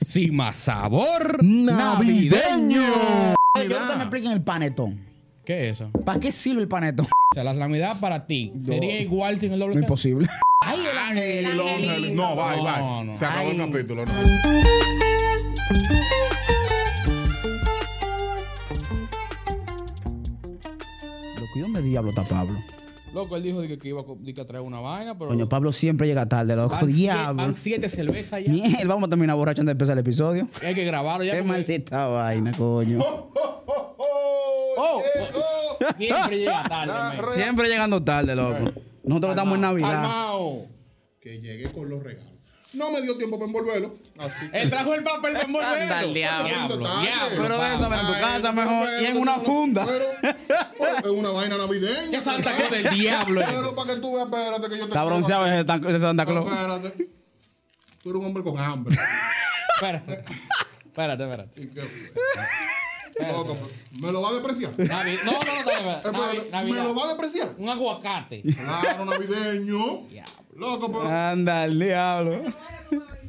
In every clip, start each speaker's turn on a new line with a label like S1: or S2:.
S1: encima sabor
S2: Navideño.
S1: Navidad.
S2: Quiero que me expliquen el panetón.
S1: ¿Qué es eso?
S2: ¿Para qué sirve el panetón?
S1: O sea, la Navidad para ti
S2: Yo-
S1: sería igual sin el doble
S2: No
S1: cero?
S2: imposible.
S1: Ay, el ángel.
S3: El angelito.
S4: No, bye, bye.
S1: No, no.
S4: Se acabó el
S2: Ay.
S4: capítulo. no.
S2: Lo que yo me diablo está Pablo.
S1: Loco, él dijo de que, que iba a, co- de que a traer una vaina, pero.
S2: Coño, Pablo siempre llega tarde, loco.
S1: Van sie-
S2: diablo.
S1: Van siete cervezas ya.
S2: Miel, vamos a terminar borracho antes de empezar el episodio.
S1: Hay que grabarlo ya.
S2: Qué
S1: porque
S2: maldita vaina, coño.
S4: ¡Oh! llegó
S1: Siempre llega tarde. man.
S2: Siempre llegando tarde, loco. Nosotros estamos en Navidad.
S4: Armao. Que llegué con los regalos. No me dio tiempo para envolverlo. Así que.
S1: Él trajo el papel de
S2: Anda al
S1: envolverlo.
S2: diablo.
S1: Diablo,
S4: Detalle.
S1: diablo,
S2: Pero
S1: Pablo.
S2: déjame en tu
S4: Ay,
S2: casa
S4: no,
S2: mejor,
S4: pero
S2: y en
S4: tú
S2: una
S4: sabes,
S2: funda.
S4: Pero, pero es una vaina navideña.
S1: ¿Qué Santa Claus
S4: señor.
S1: del diablo es?
S4: Pero para que tú veas, espérate que yo te.
S2: Está bronceado ese tan- ese Santa Claus.
S4: Espérate. Tú eres un hombre con hambre.
S1: Espérate. Espérate, espérate.
S4: Y que- Loco, pues, me lo va a depreciar.
S1: Navi- No, no, no, espérate. Navi-
S4: Espérate, me
S1: Navidad.
S4: lo va a depreciar.
S1: Un aguacate.
S4: Claro, navideño.
S1: Diablo,
S4: Loco, pero.
S2: Anda al diablo.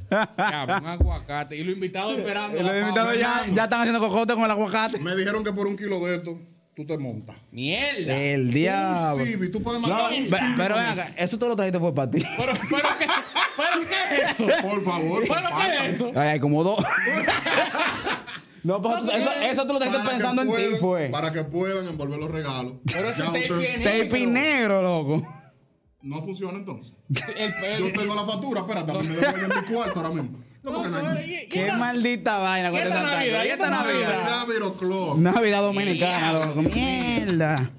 S1: diablo, un aguacate. Y los invitados esperando.
S2: Y Los
S1: la
S2: invitados
S1: pava.
S2: ya, ya están haciendo cocote con el aguacate.
S4: Me dijeron que por un kilo de esto, tú te montas.
S1: Mierda.
S2: El diablo.
S4: Un Civi, tú puedes
S2: No,
S4: matar un
S2: ve-
S4: Civi
S2: pero
S4: con
S2: ven acá, eso tú lo trajiste fue para ti.
S1: Pero, pero, ¿qué, pero, ¿qué es eso?
S4: Por favor.
S1: ¿Pero qué es eso?
S2: Ay, hay como dos. No, pues eso, eso tú lo trajiste
S4: Para que
S2: pensando en ti, pues. fue.
S4: puedan- Para que puedan envolver los regalos.
S1: Pero ese
S4: Ya
S1: tape
S4: usted-
S1: viene-
S2: Tape negro, loco.
S4: No funciona entonces.
S1: El,
S4: Yo
S1: el,
S4: tengo la factura, espérate, a mí me devuelven mi cuarto ahora mismo. No, porque no hay-
S1: ¿Y- y
S2: Qué
S1: esta-
S2: maldita vaina
S1: ¿Y
S2: con este
S1: esta
S2: Santa
S1: Navidad?
S2: Claus.
S1: ¿Y
S2: ¿Y
S1: esta
S2: esta Navidad?
S4: Navidad, pero clock.
S2: Navidad dominicana,
S1: Diablo,
S2: loco.
S1: Dios mío.
S2: Mierda.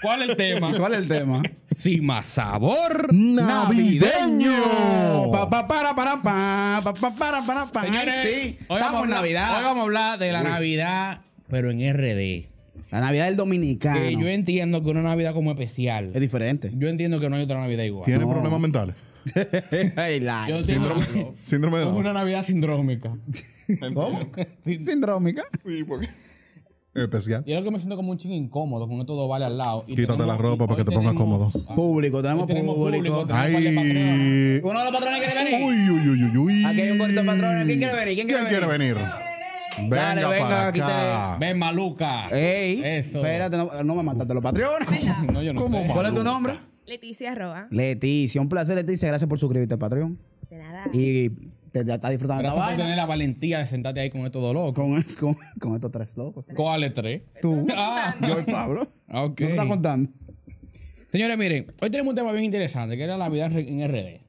S1: ¿Cuál es el tema?
S2: ¿Cuál es el tema?
S1: Si más sabor.
S2: Navideño. Pa, pa, para, para, pa, pa, pa, para, para, pa. Ay, sí.
S1: hoy vamos, a
S2: Estamos en
S1: hablar-
S2: Navidad.
S1: hoy vamos a hablar de la Navidad, pero en RD.
S2: La Navidad del dominicano.
S1: Que yo entiendo que una Navidad como especial.
S2: Es diferente.
S1: Yo entiendo que no hay otra Navidad igual.
S4: ¿Tiene problemas mentales?
S2: Ay, la
S1: Yo entiendo
S4: Síndrome
S1: que es una Navidad sindrómica.
S2: ¿Cómo?
S1: Sí.
S2: Sindrómica.
S4: Sí, porque. Especial.
S1: Yo lo que me siento como un chingo incómodo con estos dos vales al lado. Y
S4: Quítate la ropa para que
S1: hoy
S4: te pongas
S1: tenemos-
S4: cómodo.
S1: Ah,
S2: Público, tenemos,
S1: hoy tenemos público.
S2: público.
S1: Ay.
S2: Uno de los patrones quiere venir.
S4: Uy, uy, uy, uy, uy.
S2: Aquí hay un corto patrón. ¿Quién quiere venir? ¿Quién quiere
S4: ¿Quién quiere venir?
S2: Dale,
S4: Venga
S2: venga,
S4: para
S2: aquí te-
S4: acá.
S1: Ven, Maluca.
S2: Ey,
S1: Eso.
S2: espérate, no, no me mataste los patrones.
S1: No, yo no sé.
S2: ¿Cuál es tu nombre?
S3: Leticia Roa.
S2: Leticia, un placer, Leticia. Gracias por suscribirte al Patreon.
S3: De nada.
S2: Y te, ya estás disfrutando de
S1: Gracias
S2: la
S1: por
S2: vaina
S1: tener la valentía de sentarte ahí con estos dos locos.
S2: con, con, con estos tres locos.
S1: ¿Cuál es tres?
S2: Tú,
S1: Ah,
S2: yo y Pablo.
S1: Ah, ok.
S2: ¿No te estás contando?
S1: Señores, miren, hoy tenemos un tema bien interesante, que era la vida en RD.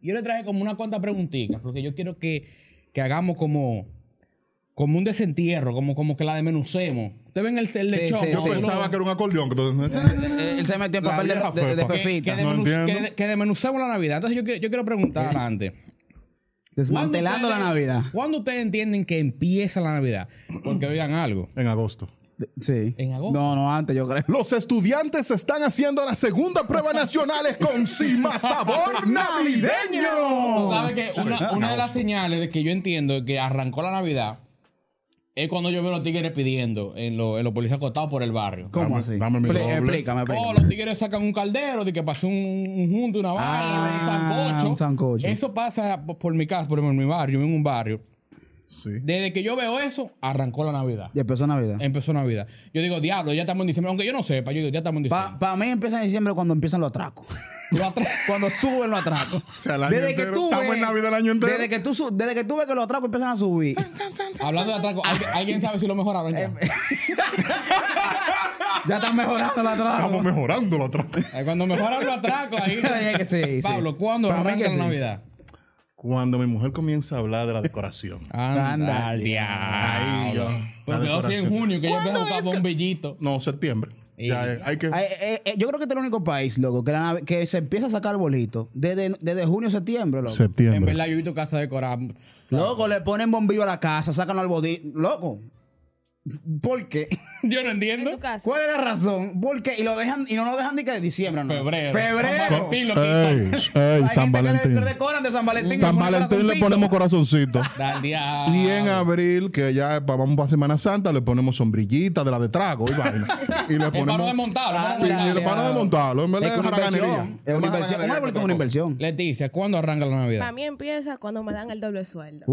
S1: Yo le traje como unas cuantas preguntitas, porque yo quiero que, que hagamos como, como un desentierro, como, como que la desmenucemos. Ustedes ven el, el
S2: Sí,
S1: lechón.
S2: sí,
S4: Yo
S2: sí.
S4: pensaba que era un acordeón. que entonces-
S2: Eh, Él se metió en
S4: La
S2: papel
S4: vieja
S2: de, de, de
S4: fefa.
S1: que, que,
S2: fefita.
S4: No
S1: desmenu-
S4: entiendo.
S1: que- que desmenucemos la Navidad. Entonces yo, qui- yo quiero
S2: Eh.
S1: preguntar antes. ¿cuándo
S2: Desmantelando la
S1: ustedes-
S2: Navidad.
S1: ¿Cuándo ustedes entienden que empieza la Navidad? Porque oigan algo.
S4: En agosto.
S2: Sí.
S1: ¿En agosto?
S2: No, no, antes yo creo.
S4: Los estudiantes están haciendo la segunda prueba nacional con Cima Sabor
S1: Tú
S4: Navideño.
S1: sabes que una, una de las señales de que yo entiendo que arrancó la Navidad es cuando yo veo a los tigres pidiendo en, lo- en los policías acostados por el barrio.
S2: ¿Cómo
S4: Dame-
S2: así?
S4: dame mi
S2: Pli-
S4: doble.
S2: Explícame, explícame.
S1: Oh, los tigres sacan un caldero de que pasó un, un junto, una
S2: Ah,
S1: vaina, un sancocho.
S2: un sancocho.
S1: Eso pasa por, por mi casa, por mi barrio, en un barrio.
S4: Sí.
S1: Desde que yo veo eso, arrancó la Navidad.
S2: Y empezó Navidad.
S1: Empezó Navidad. Yo digo, diablo, ya estamos en diciembre. Aunque yo no sepa, yo digo, ya estamos en diciembre.
S2: Para mí empieza en diciembre cuando empiezan los atracos.
S1: Lo atra-
S2: Cuando suben los atracos.
S4: sea, el año entero. Estamos en Navidad el año entero.
S2: Desde que, tú, su- desde que tú ves que los atracos empiezan a subir.
S1: Hablando de atraco, ¿alguien,
S2: Ah.
S1: alguien sabe si lo mejoraron ya?
S2: Eh, ya están mejorando los atracos.
S4: Estamos mejorando la otra.
S1: Ay, Eh, Cuando mejoran los atracos, ahí...
S2: Ay, que sí, sí.
S1: Pablo, ¿cuándo
S2: Pa' mí
S1: arranca
S2: que
S1: la
S2: sí.
S1: Navidad?
S4: Cuando mi mujer comienza a hablar de la decoración.
S2: Anda
S1: al
S2: al
S1: diablo.
S4: diablo.
S1: Pero
S4: La
S1: quedó así en
S4: decoración.
S1: junio que ya empieza a buscar bombillitos.
S4: No, septiembre. Ya eh, hay que.
S2: Ay, eh, eh, yo creo que este es el único país, loco, que, la nave- que se empieza a sacar bolito. Desde, desde junio, septiembre, loco.
S1: En
S4: Septiembre.
S1: verdad, yo he visto casa decorada.
S2: Loco, le ponen bombillo a la casa, sacan al bodí. Loco. ¿Por qué?
S1: Yo no
S3: En
S1: entiendo.
S3: tu casa.
S2: ¿Cuál es la razón? ¿Por qué? Y lo dejan, y no lo dejan ni que de diciembre, ¿no?
S1: Febrero.
S2: Febrero.
S1: Valentín, lo quitan.
S4: Ey, ey,
S2: Hay
S4: San
S2: gente que le-
S4: Valentín.
S2: le decoran de San Valentín.
S4: San
S2: le ponen
S4: Valentín le
S2: corazoncito.
S4: ponemos corazoncito.
S1: Da el día-
S4: Y en abril, que ya pa- vamos para Semana Santa, le ponemos sombrillita de la de trago y vaina. Y le
S1: El palo de
S4: ponemos.
S1: montar.
S2: Ah,
S4: Y el
S2: Dale,
S4: pano de
S2: ah.
S4: montarlo, en vez de
S2: Es una
S4: jaraganería.
S2: inversión. Es una inversión. Un árbol es una inversión.
S1: Leticia, ¿cuándo arranca la
S3: Para
S1: Navidad?
S3: mí empieza cuando me dan el doble sueldo.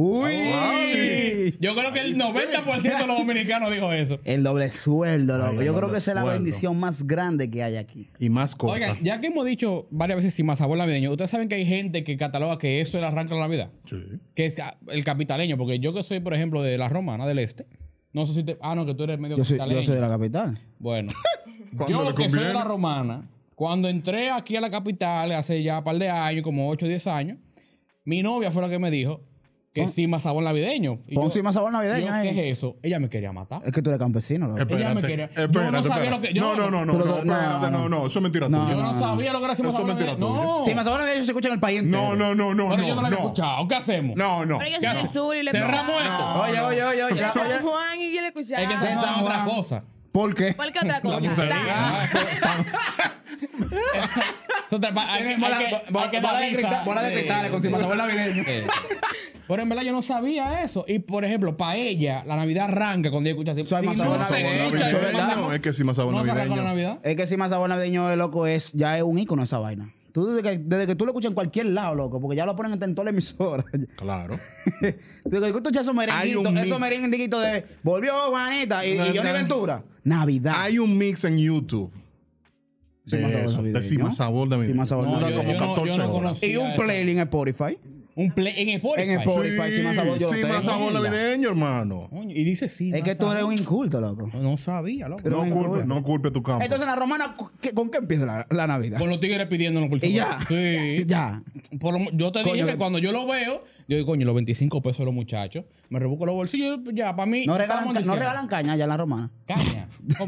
S1: Uy. Yo creo que el 90% de los dominicanos dijo eso.
S2: El doble sueldo, loco.
S4: Ay, el
S2: Yo creo
S4: doble
S2: que esa es la
S4: sueldo.
S2: bendición más grande que hay aquí.
S4: Y más corta.
S1: Oigan, ya que hemos dicho varias veces sin más sabor navideño, ustedes saben que hay gente que cataloga que eso es el arranque de la Navidad.
S4: Sí.
S1: Que es ah, el capitaleño, porque yo que soy, por ejemplo, de la Romana, del Este. No sé si te. Ah, no, que tú eres medio
S2: Yo soy,
S1: capitaleño.
S2: yo soy de la capital.
S1: Bueno.
S4: Cuando
S1: yo
S4: le
S1: que soy
S4: conviene.
S1: de la Romana, cuando entré aquí a la capital hace ya un par de años, como 8 o 10 años, mi novia fue la que me dijo que sí más sabor navideño. Y
S2: Pon
S1: yo-
S2: sin más sabor
S1: yo,
S2: navideño.
S1: ¿Qué
S2: eh.
S1: es eso? Ella me quería matar.
S2: Es que tú eres campesino, loco.
S1: Ella me quería- yo no sabía lo que- yo-
S4: no, no, no, no,
S2: Pero-
S4: no,
S2: no,
S4: espérate, no,
S2: no.
S4: no, eso es mentira
S2: No,
S1: Yo
S4: tuya.
S1: no, sabía lo que era sin más
S4: Eso es
S1: sabor
S4: mentira
S1: navideño.
S4: tuya.
S1: No.
S2: Sin más sabor navideño se escucha en el país
S4: No,
S2: entero.
S4: no, no, no,
S1: Pero yo no
S4: no,
S1: la había
S4: no.
S1: escuchado. ¿Qué hacemos?
S4: No, no.
S3: Pero yo
S1: ¿Qué
S3: soy del
S1: hace?
S3: sur y le
S1: Cerramos esto.
S4: No,
S2: Oye,
S4: no.
S2: oye, oye, oye.
S3: De San
S2: oye.
S3: Juan y yo le escuchaba.
S1: Es que se
S2: San
S1: usan otra
S2: Juan.
S1: cosa.
S2: ¿Por qué?
S3: ¿Por qué otra cosa?
S4: No,
S3: Está.
S4: Ah,
S1: Eso te pa- hay que- hay
S2: Bola-
S1: que-
S2: bo-
S1: hay que
S2: bola
S1: dar
S2: de
S1: risa.
S2: cristal- bola de
S1: Sí,
S2: cristales con
S1: sí.
S2: sin más sabor navideño.
S1: Eh, Pero en verdad yo no sabía eso. Y por ejemplo, para ella, la Navidad arranca cuando ella escucha así.
S2: Soy
S1: si
S2: más
S1: no
S2: sabor
S1: se
S2: navideño,
S1: echa,
S2: soy
S1: no se
S2: verdad.
S1: arranca-
S4: No, es que sí, más sabor
S1: no se arranca la
S4: navideño.
S1: Navidad.
S2: Es que sin más sabor navideño, eh, loco, es, ya es un ícono esa vaina. Tú desde que, desde que tú lo escuchas en cualquier lado, loco, porque ya lo ponen en toda la emisora.
S4: Claro.
S2: Desde que tú escuchas esos
S4: Hay un
S2: merenguitos,
S4: mix.
S2: esos merenguitos de Volvió Juanita y, y
S4: No,
S2: Johnny
S4: no.
S2: Ventura. Navidad.
S4: Hay un mix en YouTube.
S2: Sin más
S4: De
S2: sabor
S4: eso, de
S2: navideño.
S4: sin más sabor de
S2: Sin más sabor
S1: No,
S4: Dura
S1: yo-
S4: como
S1: yo no- yo
S4: 14
S1: no
S4: horas.
S1: conocía
S2: y un
S1: eso.
S2: play en Spotify.
S1: Un play en Spotify.
S2: En Spotify. Spotify, sin más sabor, yo lo
S4: sin más
S2: tengo.
S4: sabor navideño, hermano.
S1: Coño, Y dice sí.
S2: Es
S1: más
S2: que tú eres
S1: sabor.
S2: un inculto, loco.
S1: No sabía, loco.
S2: Pero
S4: No
S2: no
S4: culpe,
S2: hay
S4: no culpe tu campo.
S2: Entonces, la romana, ¿con qué- ¿con qué empieza la, la Navidad?
S1: Con los tigres pidiéndonos, por
S2: Y
S1: favor.
S2: ya.
S1: Sí.
S2: Ya.
S1: Por lo- yo te
S2: Coño,
S1: dije que
S2: que-
S1: cuando yo lo veo, yo digo, coño, los 25 pesos de los muchachos. Me rebusco los bolsillos, ya, para mí.
S2: No regalan,
S1: estamos en
S2: ca- no
S1: diciembre.
S2: regalan caña ya en la romana.
S1: Caña.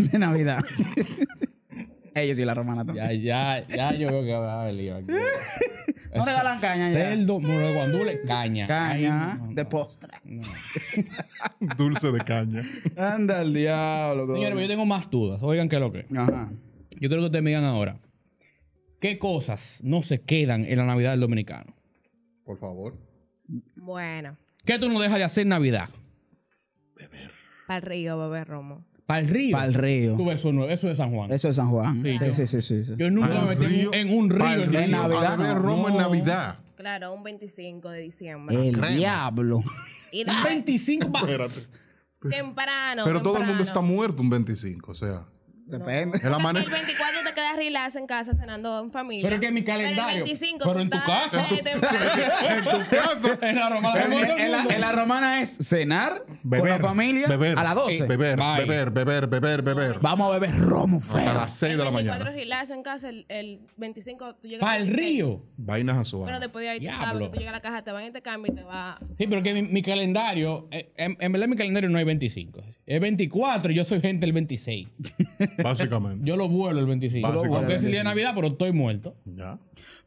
S2: De Navidad. Ellos sí, la romana también.
S1: Ya, ya, ya yo veo que va a haber lío aquí.
S2: No regalan caña ya.
S1: Cerdo, moro de guandule, caña.
S2: Caña
S1: Ay, no, no.
S2: de postre.
S4: Dulce de caña.
S2: Anda el diablo. coño.
S1: Señores, pero yo tengo más dudas. Oigan qué es lo que.
S2: Ajá.
S1: Yo creo que ustedes me digan ahora. ¿Qué cosas no se quedan en la Navidad del dominicano?
S4: Por favor.
S3: Bueno,
S1: ¿Qué tú no dejas de hacer en Navidad?
S3: para el río, bebé Romo.
S1: Para el río.
S2: Pa'l río.
S1: Tú ves eso, no- eso de San Juan.
S2: Eso es San Juan.
S1: Sí,
S2: Sí,
S1: yo-
S2: sí, sí, sí, sí.
S1: Yo nunca me metí en un- en un río. en Navidad.
S4: en Navidad.
S2: Navidad,
S4: A beber
S2: no.
S4: romo en
S1: No.
S4: Navidad.
S3: Claro, un 25 de diciembre.
S1: Eh.
S2: El
S4: crema.
S2: diablo.
S3: Y de-
S1: Un 25 pa-
S4: Espérate.
S3: temprano.
S4: Pero todo el mundo está
S3: temprano.
S4: muerto un 25, o sea.
S2: Depende.
S4: El
S3: El
S4: amanecer.
S3: 24 te quedas relax en casa cenando en familia.
S1: Pero es que en mi
S3: Pero el
S1: calendario.
S3: 25
S1: Pero
S3: tú
S1: en tu
S3: estás
S1: casa.
S3: de temprano.
S4: En tu casa.
S1: Es la romana.
S2: En,
S1: Todo el
S2: en la,
S1: mundo.
S2: en la romana es cenar con la familia
S4: beber,
S2: a las 12.
S4: Beber,
S1: Bye.
S4: beber, beber, beber, beber.
S2: Vamos a beber romo
S4: Hasta
S2: feo.
S4: las 6 de la
S3: El 24
S4: mañana.
S3: relax en casa, el, el 25 tú llegas.
S1: Para
S3: al
S1: el
S3: 26.
S1: río.
S4: Vainas a su
S3: Pero
S4: alma.
S3: después de ahí tú
S1: Diablo.
S3: sabes que tú llegas a la caja, te van y te cambian y te va.
S1: Sí, pero que mi, mi calendario, eh, en, en verdad mi calendario no hay 25. Es 24 y yo soy gente el 26.
S4: Básicamente.
S1: Yo lo vuelo el 25.
S4: Básico.
S1: Aunque es el día de Navidad, pero estoy muerto.
S4: Ya.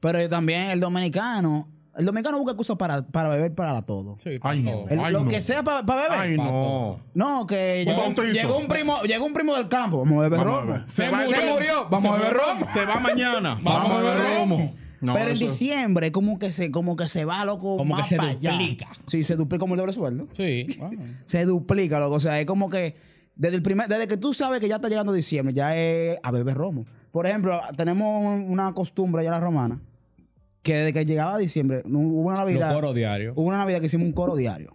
S2: Pero también el dominicano, el dominicano busca excusas para, para beber para todo.
S1: Sí,
S4: Ay, no.
S1: todo.
S2: El-
S4: Ay,
S2: lo
S4: no.
S2: que sea para beber.
S4: Ay, no.
S2: No, que
S4: Un
S2: llegó,
S4: bautizo.
S2: llegó un primo, llegó un primo del campo. Vamos a beber
S4: Vamos a
S2: romo.
S4: beber.
S2: Se,
S1: Se
S2: va-
S1: murió.
S2: se murió. Vamos a beber romo.
S4: Se va mañana.
S1: Vamos a beber
S4: romo. No,
S2: Pero en
S4: eso-
S2: diciembre como que se, como que se va, loco,
S1: Como que
S2: más
S1: se
S2: para allá.
S1: duplica.
S2: Sí, se duplica como el doble sueldo.
S1: Sí, bueno.
S2: Se duplica, loco. O sea, es como que desde el primer, desde que tú sabes que ya está llegando diciembre, ya es a beber romo. Por ejemplo, tenemos un- una costumbre allá en la romana, que desde que llegaba diciembre, no- hubo una
S1: Los
S2: Navidad.
S1: coros diarios.
S2: Hubo una Navidad que hicimos un coro diario.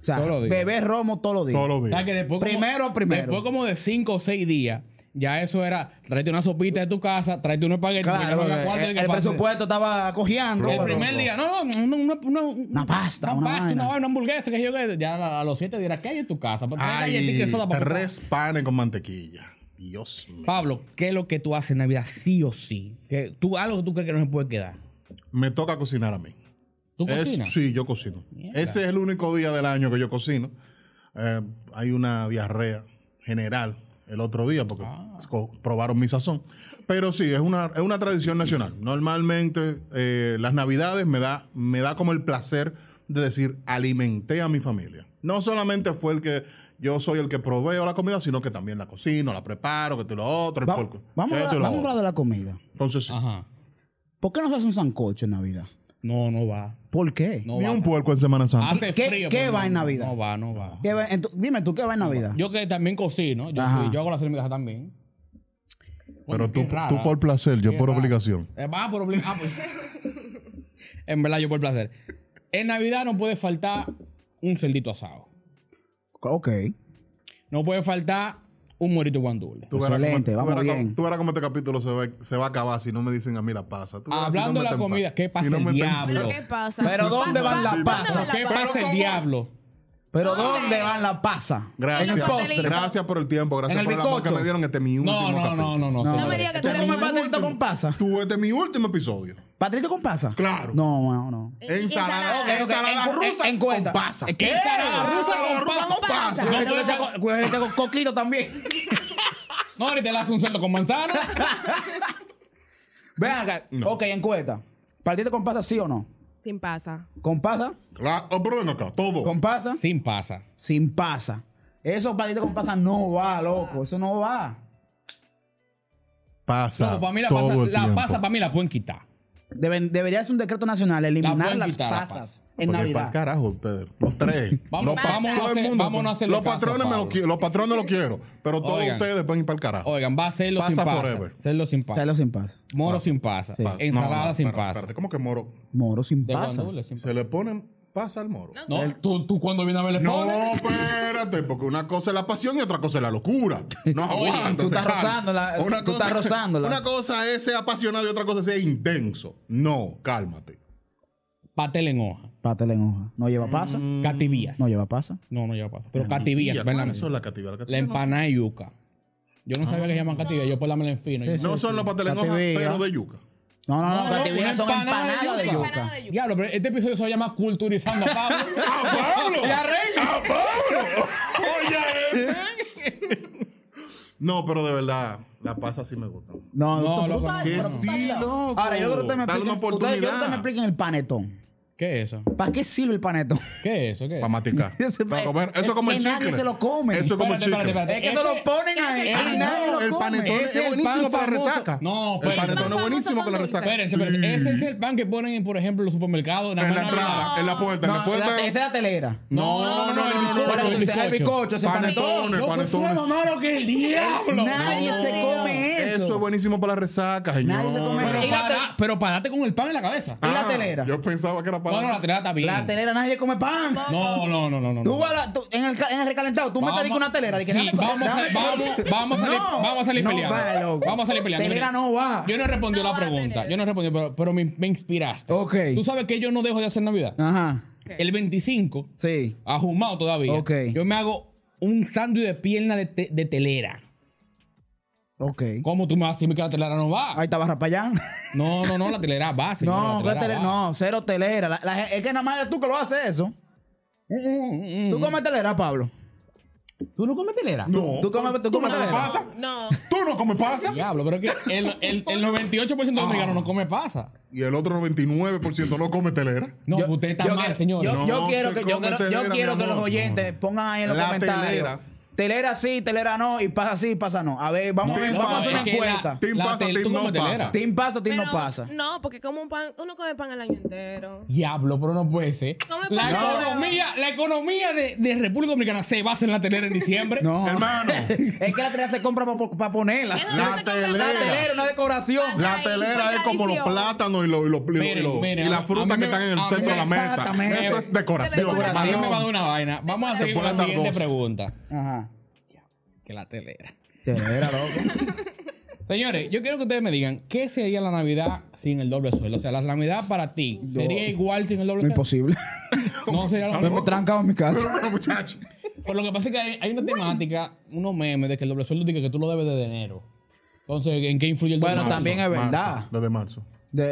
S2: O sea,
S1: Todos los días.
S2: beber romo todos los días.
S4: Todos los
S1: O sea, que
S4: días.
S1: después
S2: Primero,
S1: como,
S2: primero.
S1: Después como de 5 o 6 días, ya eso era, tráete una sopita de tu casa, tráete unos espagueti. porque
S2: Claro,
S1: no había
S2: porque
S1: cuarto de
S2: el,
S1: que
S2: el
S1: pase.
S2: presupuesto estaba cojeando.
S1: El
S2: pero-
S1: primer día, no, no, no, no, no, no,
S2: Una pasta,
S1: una,
S2: una
S1: pasta,
S2: vaina.
S1: una, vaina, una hamburguesa, que yo que ya a, a los 7 dirás, ¿qué hay en tu casa? Porque hay galletica y
S4: Ay,
S1: soda para papá.
S4: tres panes con mantequilla. Dios mío.
S1: Pablo, ¿qué es lo que tú haces en Navidad sí o sí? Que tú, algo que tú crees que no se puede quedar.
S4: Me toca cocinar a mí.
S1: ¿Tú
S4: Es-
S1: cocinas?
S4: sí, yo cocino.
S1: Mierda.
S4: Ese es el único día del año que yo cocino. Eh, hay una diarrea general el otro día porque
S1: Ah.
S4: co- probaron mi sazón. Pero sí, es una, es una tradición nacional. Normalmente eh, las navidades me da, me da como el placer de decir, alimenté a mi familia. No solamente fue el que yo soy el que proveo la comida, sino que también la cocino, la preparo, que te lo otro, el
S2: Va-
S4: porco.
S2: vamos, a
S4: esto
S2: hablar,
S4: y lo
S2: vamos a
S4: otro.
S2: hablar de la comida.
S4: Entonces, sí,
S1: Ajá.
S2: ¿Por qué no se hace un sancocho en Navidad?
S1: No, no va.
S2: ¿Por qué?
S1: No
S4: ni
S1: va. Ah,
S4: un puerco en Semana Santa.
S1: Hace
S2: ¿Qué-
S1: frío.
S2: qué
S1: pero
S2: va
S1: no,
S2: en Navidad?
S1: No va, no va.
S2: ¿Qué va- ento- dime tú, ¿qué va en Navidad?
S1: Yo que también cocino. Yo,
S2: Ajá.
S1: soy- yo hago la cena en mi casa también.
S4: Pero
S1: Coño, qué
S4: tú,
S1: rara.
S4: tú por placer, yo
S1: Qué
S4: por
S1: rara.
S4: obligación.
S1: Eh, Va por obligación. Ah, pues. en verdad, yo por placer. En Navidad no puede faltar un cerdito asado.
S2: Ok.
S1: No puede faltar un morito guandule.
S4: Tú verás
S2: Excelente,
S4: cómo- tú
S2: vamos
S4: verás cómo-
S2: bien.
S4: Tú verás cómo este capítulo se va, se va a acabar si no me dicen a mí la pasa. Tú verás si
S1: Hablando
S4: no
S1: de
S4: me
S1: la
S4: tempa-
S1: comida, ¿qué pasa
S4: si no
S1: el
S4: me tempa-
S1: diablo?
S3: Pero ¿qué pasa?
S2: Pero
S3: Pa-
S2: ¿dónde
S3: pa-
S2: van las
S3: ¿dónde
S2: pasas?
S3: van las
S1: ¿Qué
S3: pasas?
S1: pasa el diablo?
S2: ¿Pero
S3: Ok.
S2: dónde van las pasas? En
S4: Gracias.
S2: el postre.
S4: Gracias por el tiempo, gracias
S2: En el
S4: por el amor que
S2: bizcocho.
S4: me dieron este mi último
S1: No, no,
S4: capítulo.
S1: no, no, no.
S2: No.
S1: señores.
S3: No me digas que tú
S2: ¿Tú
S3: eres
S2: comes
S3: un
S4: Este es mi
S2: patrito con pasas?
S4: Tú, este es mi último episodio.
S2: ¿Patrito con pasas?
S4: Claro.
S2: No, no, no.
S4: Ensalada,
S3: ensalada.
S4: ensalada
S2: En- en-
S4: rusa
S2: en
S4: con
S2: cuenta.
S4: pasa.
S1: ¿Qué? Ensalada rusa
S4: Ensalada
S1: con
S4: rusa
S1: pasas.
S4: con pasas.
S2: No, yo le saco- yo le saco coquito también.
S1: No, ahorita le haces un cerdo con manzana.
S2: Ven acá.
S4: No.
S2: Ok, encuesta. ¿Partito con pasas sí o no?
S3: Sin pasa.
S2: ¿Con pasas?
S4: Claro, oh, pero ven acá, todo.
S2: ¿Con pasas?
S1: Sin pasa.
S2: Sin pasas. Esos partidos con pasas no va, loco. Eso no va.
S4: Pasa.
S1: No, para mí la
S4: todo
S1: pasa,
S4: el
S1: la
S4: tiempo.
S1: pasa, para mí la pueden quitar.
S2: Deben- debería ser un decreto nacional
S1: La
S2: eliminar
S1: pueden
S2: las
S1: quitar, la
S2: pasas en
S4: Porque para el
S2: Navidad.
S4: carajo ustedes, los tres.
S1: Vamos-
S4: los pa-
S3: vámonos
S4: todo
S1: a
S4: el
S1: hacer-
S4: mundo.
S1: vámonos a hacerle
S4: los
S1: caso,
S4: patrones me
S1: Pablo.
S4: lo quiero, los patrones lo quiero, pero todos
S1: Oigan.
S4: ustedes van para el carajo.
S1: Oigan, va a serlo
S4: Pasa
S1: sin pasa.
S4: forever.
S1: Cerdo sin pasa.
S2: Celo sin pasa.
S1: Moro sin pasa.
S2: Sí.
S4: Pa-
S1: Ensalada
S4: no, no,
S1: sin
S4: espérate,
S1: pasa.
S4: espérate, ¿Cómo que moro?
S2: Moro sin
S1: De
S2: pasa.
S1: guandule sin pasa.
S4: Se le ponen pasa al moro.
S1: No, tú, tú cuando vienes a ver le
S4: No,
S1: pones.
S4: espérate, porque una cosa es la pasión y otra cosa es la locura. No
S1: Oye,
S4: aguanta.
S2: tú estás
S4: te jala.
S2: rozándola, tú estás rozándola.
S4: Una cosa es ser apasionado y otra cosa es ser intenso. No, cálmate.
S1: Patel en hoja.
S2: Patel en hoja. No lleva pasa.
S1: Mm,
S4: Mm.
S1: Cativías.
S2: No lleva pasa.
S1: No, no lleva pasa. Pero cativías, ven la
S4: ¿Cuáles son
S1: mía.
S4: las cativías? Las
S1: La
S4: cativías no-
S1: empanada de yuca. Yo no sabía que se llaman cativías. Yo por la me la enfino. Yo
S4: No son los pasteles en hoja,
S2: Cativías.
S4: pero de yuca.
S2: No, no, no.
S1: No,
S2: cativillas
S1: una
S2: son
S1: empanada
S2: empanadas
S1: de
S2: de
S1: yuca.
S2: yuca.
S1: no- Diablo, pero este episodio se va a llamar Culturizando a Pablo.
S4: ¡A ¡Ah, Pablo! ¡A Pablo! Oye, este. No, pero de verdad, la pasa sí me gusta.
S2: No,
S1: No,
S2: tú- tú
S1: loco,
S2: estás-
S1: que
S2: pero tú
S4: sí,
S2: estás loco.
S4: loco.
S2: Ahora, yo creo que ustedes me
S4: Dale
S2: expliquen, ustedes,
S4: una
S2: yo creo que ustedes
S4: oportunidad.
S2: me expliquen el panetón.
S1: ¿Qué es eso?
S2: ¿Para qué sirve el panetón?
S1: ¿Qué es eso? ¿Qué es eso?
S4: Para maticar.
S2: Ese-
S4: Para comer. Eso
S2: es
S4: es como el
S2: que nadie
S4: chicle.
S2: se lo come.
S4: Eso es como el
S1: Espérate, espérate, espérate.
S2: Es
S4: chicle.
S2: que se lo ponen ahí
S3: ese-
S2: y
S4: Ah,
S2: nadie
S4: no,
S2: lo
S4: el
S2: come.
S4: panetón es,
S1: Ese es el
S4: buenísimo
S1: pan
S4: para
S1: famoso.
S4: resaca.
S1: No,
S4: el
S2: pues,
S1: espérate.
S4: panetón es
S3: Pan
S4: buenísimo
S3: famoso
S4: con la
S3: con
S4: resaca.
S1: Espérense, espérense. Ese es el pan que ponen, por ejemplo, en los supermercados. nada
S4: En
S1: más
S4: la
S1: en Navidad.
S4: entrada, en la puerta, en la
S2: No, la- Esa es
S4: puerta.
S2: la telera.
S4: No, no, no, no, no,
S1: Pero
S4: no,
S1: el
S4: no.
S1: bizcocho.
S2: El bizcocho, ese
S4: Panetón, el
S1: Loco, eso es lo
S4: panetón.
S1: malo que el diablo.
S2: Nadie
S4: No,
S2: se come eso.
S4: Eso es buenísimo para la resaca, señor.
S2: Nadie se come
S1: Pero,
S2: Y la
S1: para- pero parate con el pan en la cabeza.
S2: y la
S4: Ah,
S2: telera.
S4: Yo pensaba que era para.
S1: No, no, la telera está bien.
S2: La telera nadie come pan.
S1: No, no, no, no, no.
S2: Tú
S1: no.
S2: vas a la- tú- en, el, ca- en el recalentado, tú metes ahí con una telera. de que
S1: Sí,
S2: dame-
S1: vamos, a,
S2: dame-
S1: vamos, vamos a salir,
S2: No,
S1: vamos a salir
S2: no
S1: peleando.
S2: va, loco.
S1: vamos a salir peleando.
S2: Telera no va.
S1: Yo no respondí la
S3: va,
S1: pregunta.
S3: telera.
S1: Yo no respondí, pero, pero me, me inspiraste.
S2: Ok.
S1: Tú sabes que yo no dejo de hacer Navidad.
S2: Ajá.
S1: El 25,
S2: Sí.
S1: ajumado todavía,
S2: Ok.
S1: yo me hago un sándwich de pierna de, te- de telera.
S2: Ok.
S1: ¿Cómo tú me vas a decirme que la telera no va?
S2: Ahí está Barra Payán.
S1: No, no, no, la telera va, señora,
S2: No,
S1: la
S2: que
S1: telera
S2: tele-
S1: va.
S2: no, cero telera. La- la- es que nada más eres tú que lo haces eso.
S1: Mm, mm, mm,
S2: Tú
S1: mm.
S2: comes telera, Pablo.
S1: ¿Tú no comes telera?
S4: No.
S2: Tú comes- tú comes
S4: no comes
S2: telera.
S4: pasa.
S3: No.
S4: Tú no comes pasa.
S1: Diablo, pero es que el, el, el 98% de los americanos no come pasa.
S4: Y el otro 99% no come telera.
S1: No, usted está
S2: yo
S1: mal,
S2: quiero-
S1: señores.
S2: Yo, yo
S4: No
S2: quiero
S4: se
S2: que, yo
S4: come
S2: quiero, yo
S4: telera,
S2: quiero
S4: mi
S2: que los
S4: amor.
S2: oyentes pongan ahí en los
S4: La
S2: comentarios.
S4: telera.
S2: Telera. sí, telera no, y pasa sí, pasa no. A ver, vamos,
S4: No,
S2: a-
S4: no,
S2: vamos a hacer
S4: es
S2: una
S4: que
S2: encuesta.
S4: Team pasa,
S1: tel-
S4: team
S1: tú
S4: no
S1: comes
S4: pasa.
S1: telera.
S2: Team pasa, team no
S3: Pero-
S2: pasa.
S3: No, porque como un pan, uno come pan el año entero.
S1: Diablo, pero no puede ser.
S3: Come
S1: La
S3: pan.
S1: economía, la economía de, de República Dominicana se basa en la telera en diciembre.
S2: No.
S4: Hermano.
S2: es que la telera se compra para ponerla.
S3: Eso
S4: La
S3: no se compra
S4: telera.
S3: nada.
S2: La telera es una decoración.
S4: La
S3: Ay,
S4: telera
S3: fue
S4: es como los
S3: tradición.
S4: plátanos y, los y, los- y los-
S1: Miren,
S4: y los-
S1: miren,
S4: y
S1: a-
S4: las
S1: a mí
S4: frutas que
S1: me-
S4: están en
S1: a
S4: el
S1: mí
S4: centro de la mesa.
S2: exactamente.
S4: Eso es decoración,
S1: A mí
S4: hermano.
S1: me va a dar una vaina. Vamos a seguir con la
S4: pueden dar
S1: siguiente
S4: dos.
S1: pregunta.
S2: Ajá.
S1: Que la telera.
S2: Telera, loco.
S1: Señores, yo quiero que ustedes me digan, ¿qué sería la Navidad sin el doble sueldo? O sea, la Navidad para ti, ¿sería igual sin el doble
S2: No
S1: sueldo?
S2: imposible.
S1: No sería lo
S2: Me
S1: mismo.
S2: hemos trancado en mi
S4: Pero
S2: casa.
S4: bueno, muchacho.
S1: Por lo que pasa es que hay, hay una temática, unos memes de que el doble sueldo dice que tú lo debes desde enero. Entonces, ¿en qué influye el doble
S2: Bueno,
S1: sueldo?
S2: también es
S4: Marzo,
S2: verdad.
S4: Desde marzo.
S2: De,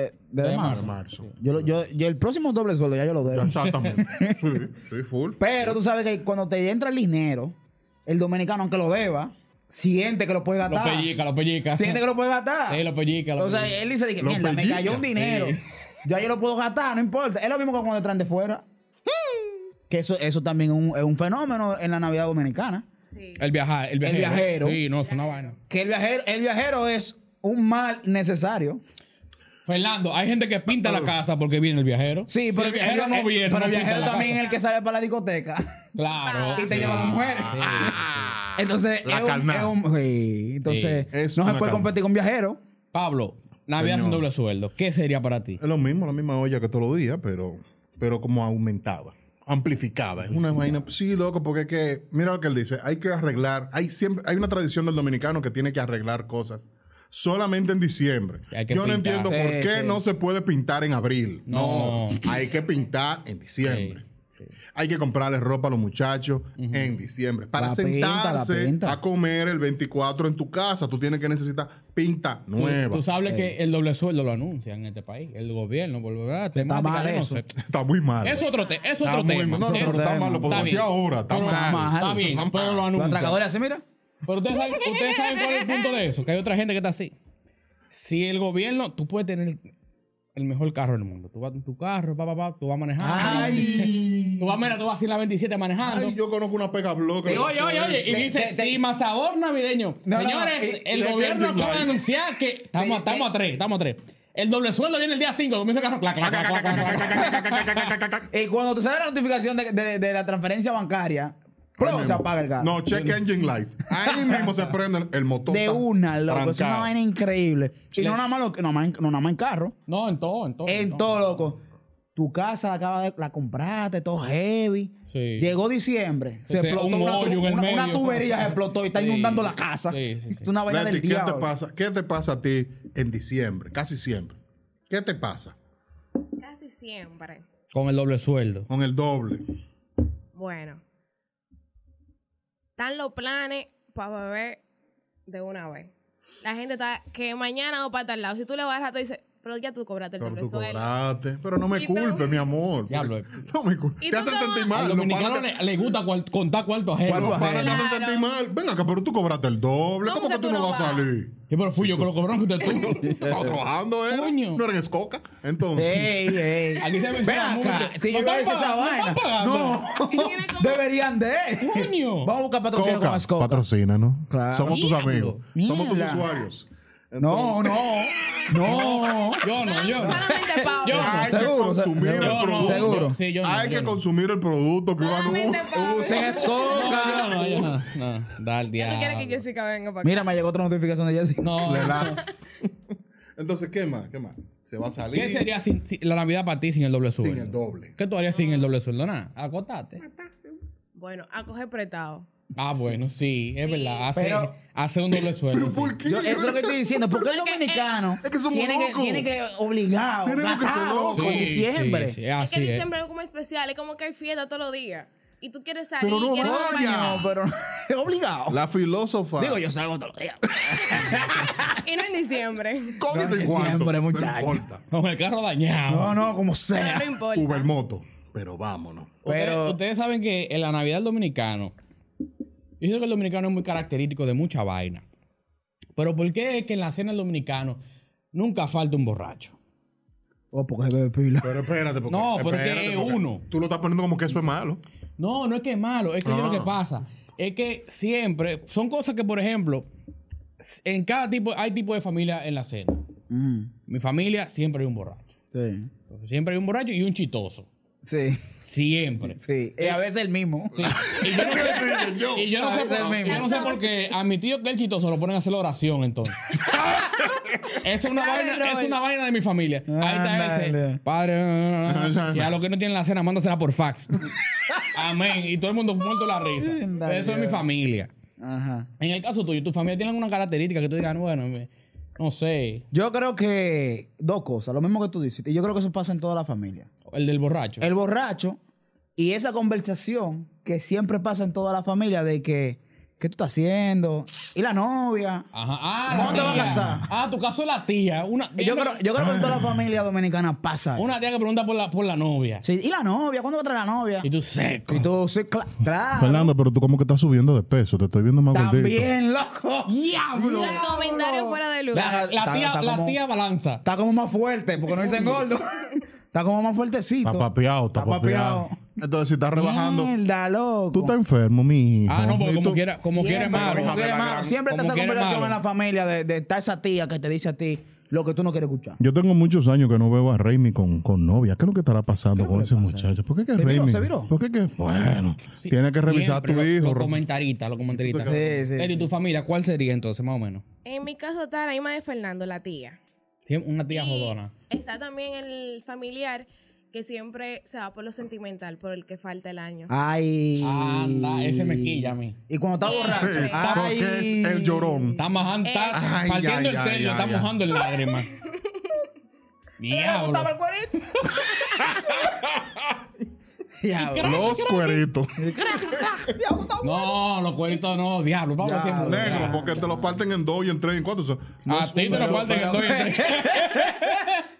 S1: De
S2: de, demás.
S4: De marzo.
S2: Yo, lo- yo, yo el próximo doble sueldo ya yo lo debo.
S4: Exactamente. Sí, sí, full.
S2: Pero tú sabes que cuando te entra el dinero, el dominicano, aunque lo deba, siente que lo puede
S1: Los
S2: gastar.
S1: pellicas, los pellicas.
S2: Siente que lo puede gastar.
S1: Sí, los pellicas, los
S2: o sea,
S1: pellicas.
S2: él dice, de que,
S4: Lo
S2: mierda, me
S4: pellica.
S2: cayó un dinero. Ya yo lo puedo gastar, no importa. Es lo mismo que cuando te traen de fuera. Que eso, eso también es un, es un fenómeno en la Navidad Dominicana.
S3: Sí.
S1: El viajar, el viajero.
S2: viajero.
S1: Sí, no, es una vaina.
S2: Que el viajero, el viajero es un mal necesario.
S1: Fernando, hay gente que pinta la casa porque viene el viajero.
S2: Sí,
S1: Si
S2: pero
S1: el viajero no
S2: eh,
S1: viene.
S2: pero
S1: no
S2: el
S1: pinta
S2: viajero
S1: la
S2: también es
S1: casa.
S2: el que sale para la discoteca.
S1: Claro.
S2: y te
S1: sí.
S2: lleva con mujeres. ah, Entonces,
S4: Ah. La
S2: es un-
S4: carnada.
S2: es un- sí, entonces
S4: Sí, es
S2: no se
S4: una
S2: puede
S4: carnada.
S2: competir con viajero.
S1: Pablo, Navidad
S4: Señor.
S1: sin doble sueldo. ¿Qué sería para ti?
S4: Es lo mismo, la misma olla que todos los días, pero, pero como aumentada, amplificada. Es una vaina. Sí, loco, porque es que, mira lo que él dice, hay que arreglar, hay siempre, hay una tradición del dominicano que tiene que arreglar cosas. Solamente en diciembre.
S1: Hay que
S4: Yo no
S1: pintar.
S4: entiendo
S2: Sí,
S4: por qué
S2: sí.
S4: no se puede pintar en abril. No.
S1: No.
S4: hay que pintar en diciembre.
S1: Sí, sí.
S4: Hay que comprarle ropa a los muchachos en diciembre. Para
S2: La pinta, la
S4: sentarse
S2: pinta.
S4: a comer el 24 en tu casa, tú tienes que necesitar pinta
S1: Tú-
S4: nueva. Eh.
S1: Tú, sabes que el doble sueldo lo anuncia en este país. El gobierno, por verdad. temática,
S2: mal
S1: yo no
S2: eso.
S1: sé.
S4: Está muy mal.
S1: Es otro, te- es
S4: Está
S1: otro
S4: muy
S1: tema.
S4: mal. No,
S1: Es
S4: pero
S1: otro
S4: está
S1: tema.
S4: malo, porque lo hacía
S1: bien.
S4: ahora, está
S1: Pero
S4: mal.
S1: Está bien,
S4: Está
S1: pero lo
S4: mal.
S2: Los atracadores
S1: anuncia.
S2: así, mira.
S1: Pero ustedes saben, ustedes saben cuál es el punto de eso. Que hay otra gente que está así. Si el gobierno, tú puedes tener el mejor carro del mundo. Tú vas en tu carro, pa, pa, pa, tú vas manejando.
S4: Ay.
S1: Tú vas, mira, tú vas en la 27 manejando.
S4: Ay, yo conozco una pega bloque.
S1: Y oye, oye, oye, y dice,
S2: te- te-
S1: sí, más sabor navideño.
S2: No, no,
S1: Señores,
S2: eh,
S1: el
S4: checa
S1: gobierno
S4: el
S1: acaba de
S4: Dubai.
S1: anunciar que estamos,
S2: Eh,
S1: estamos a tres, estamos a tres. El doble sueldo viene el día 5, comienza el carro. clac, clac, clac, clac, clac, clac, clac.
S2: Y Eh, cuando te sale la notificación de, de- de la transferencia bancaria, ¡plum! se apaga el carro.
S4: No, check engine light. Ahí mismo se prende el- el motor.
S2: de
S4: está
S2: una, loco. Es una
S4: trancado.
S2: vaina increíble. Y no nada más, lo que- no, más en- no nada más en carro.
S1: No, en todo, en todo.
S2: En todo, loco. Tu casa la acaba de, la compraste, todo heavy.
S1: Sí.
S2: Llegó diciembre, se
S1: O sea,
S2: explotó
S1: un
S2: una, tu-
S1: hoyo en el
S2: una- una
S1: medio.
S2: tubería, se explotó y está
S1: Sí.
S2: inundando la casa.
S1: Sí, sí, sí.
S2: Es una vaina
S4: Leti,
S2: del
S4: ¿qué te,
S2: diablo.
S4: pasa, ¿Qué te pasa a ti en diciembre? Casi siempre. ¿Qué te pasa?
S3: Casi siempre.
S1: Con el doble sueldo.
S4: Con el doble.
S3: Bueno. Están los planes para beber de una vez. La gente está que mañana o para tal lado. Si tú le vas al rato y dices, pero ya tú cobraste el
S4: Pero
S3: doble
S4: tú
S3: sueldo.
S4: cobraste. Pero no me
S3: Y tú-
S4: culpes, mi amor.
S1: Diablo, eh.
S4: No me
S3: Y
S4: culpes. Te
S3: tú
S4: hacen
S3: cómo-
S1: Al
S4: sentir
S2: Ah,
S4: mal. Los
S1: dominicano
S4: panas te-
S1: le, le gusta cual- contar cuarto
S4: los
S1: ajeno.
S2: Cuarto
S4: panas te hacen
S3: Claro.
S4: sentir mal. Venga, acá, pero tú cobraste el doble. ¿Cómo, que tú no vas a salir?
S1: Sí, pero fui yo que lo cobró, fuiste tú.
S4: Estaba trabajando, ¿eh?
S1: Coño.
S4: No eres escoca. Entonces.
S2: Ey, ey.
S1: Aquí se
S2: Ven
S1: menciona
S2: acá,
S1: mucho. No
S2: si yo
S1: están
S2: hice esa
S1: pagando,
S2: vaina.
S1: no están
S2: No,
S3: pagando.
S2: deberían de.
S1: Coño.
S2: Vamos a buscar patrocinio
S4: Coca,
S2: con Escoca.
S4: patrocina, ¿no?
S2: Claro.
S4: Somos tus
S1: Diablo.
S4: amigos. Somos tus
S2: Mierda.
S4: usuarios.
S2: No, no, no.
S1: Yo no, yo no.
S3: Solamente Pablo.
S1: Yo no.
S4: Hay
S2: Seguro,
S4: que
S2: seguro.
S4: consumir el
S1: Yo no,
S4: producto.
S2: Seguro.
S1: Sí, yo no,
S4: Hay
S1: yo
S4: que
S1: no.
S4: consumir el producto que uno
S3: Solamente Pablo.
S4: usa.
S2: Usen Escoca.
S1: No, no, yo no. No, da el
S3: ¿Ya tú quieres que
S1: diablo.
S3: Jessica venga para acá?
S2: Mira, me llegó otra notificación de Jessy.
S1: No, no, no.
S4: Entonces, ¿qué más? ¿Qué más? Se va a salir
S1: ¿Qué sería sin- sin- la Navidad para ti sin el doble sueldo?
S4: sin el doble.
S1: ¿Qué tú harías sin el doble sueldo? Nada, acotate.
S3: Bueno, a coger prestado.
S1: Ah, bueno, sí, es verdad. Hace,
S2: Pero-
S1: hace un doble sueldo.
S4: ¿Pero
S1: sí.
S4: por qué?
S2: Yo- eso es lo que estoy diciendo. Porque el dominicano
S4: es que somos
S2: tiene, que,
S4: locos.
S2: tiene que obligado,
S4: Tenemos que ser
S2: atado
S4: locos.
S2: con
S1: Sí,
S2: diciembre.
S1: sí, sí,
S3: Es que
S1: así es.
S3: diciembre es como especial, es como que hay fiesta todos los días. Y tú quieres salir.
S4: Pero no
S3: quieres
S4: vaya.
S3: acompañar.
S2: No, pero es obligado.
S4: La filósofa.
S2: Digo, yo salgo todos los días.
S3: Y no en diciembre.
S4: Con
S2: No,
S4: ese
S2: que
S4: cuarto.
S2: siempre,
S4: No
S2: muchacho.
S4: importa.
S1: Con el carro dañado.
S2: No, no, como
S3: Pero
S2: sea.
S3: no importa.
S4: Ubermoto. Pero vámonos.
S1: Ustedes-
S2: Pero-
S1: Ustedes, saben que en la Navidad del dominicano, yo siento que el dominicano es muy característico de mucha vaina. Pero ¿por qué es que en la cena del dominicano nunca falta un borracho?
S2: Oh, porque se bebe pila.
S4: Pero espérate, porque.
S1: No, pero
S4: espérate,
S1: que es
S4: porque
S1: uno.
S4: Tú lo estás poniendo como que eso es malo.
S1: No, no es que es malo, es que yo lo que pasa es que siempre son cosas que, por ejemplo, en cada tipo, hay tipo de familia en la cena.
S2: Mm,
S1: Mi familia siempre hay un borracho.
S2: sí.
S1: Entonces, siempre hay un borracho y un chistoso.
S2: Sí.
S1: Siempre.
S2: Sí. eh. Y a veces el mismo.
S1: Sí. Y yo no sé-
S4: Yo.
S1: Y yo no,
S2: A
S1: sé
S2: veces
S1: por,
S2: mismo.
S1: yo no sé por qué a mi tío que el chistoso lo ponen a hacer la oración entonces. es, una
S3: Dale,
S1: vaina, es
S3: Robert.
S1: una vaina de mi familia. Ahí está
S2: Ándale.
S1: ese. Padre. Y a los que no tienen la cena, mándasela por fax. Amén. Y todo el mundo muerto de la risa.
S2: Ándale.
S1: Eso es mi familia.
S2: Ajá.
S1: En el caso tuyo, tu familia tiene alguna característica que tú digas, bueno, me- no sé,
S2: Yo creo que dos cosas, lo mismo que tú dices, y yo creo que eso pasa en toda la familia.
S1: el del borracho.
S2: El borracho y esa conversación que siempre pasa en toda la familia de que, ¿qué tú estás haciendo? Y la novia.
S1: Ajá. Ah, la
S2: ¿Cómo te vas a
S1: tía.
S2: casar?
S1: Ah, tu caso es la tía. Una,
S2: Yo creo, yo creo que en toda la familia dominicana pasa.
S1: una tía que pregunta por la, por la novia.
S2: Sí, ¿Y la novia? ¿Cuándo va a traer la novia?
S1: Y tú seco.
S2: Y tú, sí, cla- claro.
S4: Fernando, pero tú como que estás subiendo de peso. Te estoy viendo más
S2: También, loco. ¡Diablo!
S3: Los comentarios fuera de lugar.
S1: La, la
S2: Está-
S1: tía,
S2: está
S1: la
S2: como-
S1: tía balanza.
S2: Está como más fuerte, porque no dicen gordo. Está como más fuertecito.
S4: Está papeado, está papeado. Entonces, si estás rebajando,
S2: Mierda, loco.
S4: tú estás enfermo, mi hijo.
S1: Ah, no, porque
S4: Y
S1: como
S4: tú-
S1: quiera, como quiera es
S2: Siempre,
S1: malo.
S2: como
S4: Hija de
S2: quiera
S4: la
S2: es malo.
S4: gran-
S2: Siempre está
S1: Como
S2: esa
S1: quiera es
S2: conversación
S1: malo.
S2: en la familia de, de estar esa tía que te dice a ti lo que tú no quieres escuchar.
S4: Yo tengo muchos años que no veo a Raimi con, con novia. ¿Qué es lo que estará pasando con ese muchacho? ¿Por qué que
S2: ¿Se viró?
S4: Raimi?
S2: ¿Se viró?
S4: ¿Por qué que? Bueno,
S1: Sí,
S4: tiene que revisar
S1: siempre,
S4: a tu
S1: lo-
S4: hijo.
S1: Los comentaristas, los comentaristas.
S2: Sí, sí,
S1: Eli,
S2: sí.
S1: tu familia, ¿cuál sería entonces, más o menos?
S3: En mi caso está la misma de Fernando, la tía.
S1: Sí, Una tía
S3: Y
S1: jodona.
S3: Está también el familiar que siempre se va por lo sentimental, por el que falta el año.
S4: Ah,
S2: Ay.
S1: Anda, ese me quilla a mí.
S2: Y cuando está borracho.
S4: Sí, Ah,
S2: ay.
S4: porque es el llorón.
S1: Está majando,
S2: Eh.
S1: está
S4: Ay,
S1: partiendo
S4: ay,
S1: el
S4: ay,
S1: tedio,
S4: ay,
S1: está
S4: ay.
S1: mojando en lágrimas. Diablo.
S2: ¿Estaba el cuerito? Diablo.
S4: Los cueritos.
S2: Diablo, está-
S1: No, los cueritos no, diablo. Vamos
S2: Ya,
S1: siempre.
S4: Negro, porque te los parten en dos y en tres y en cuatro. O sea, no
S1: A
S4: es
S1: ti te
S4: un-
S1: lo partirán en dos y en tres.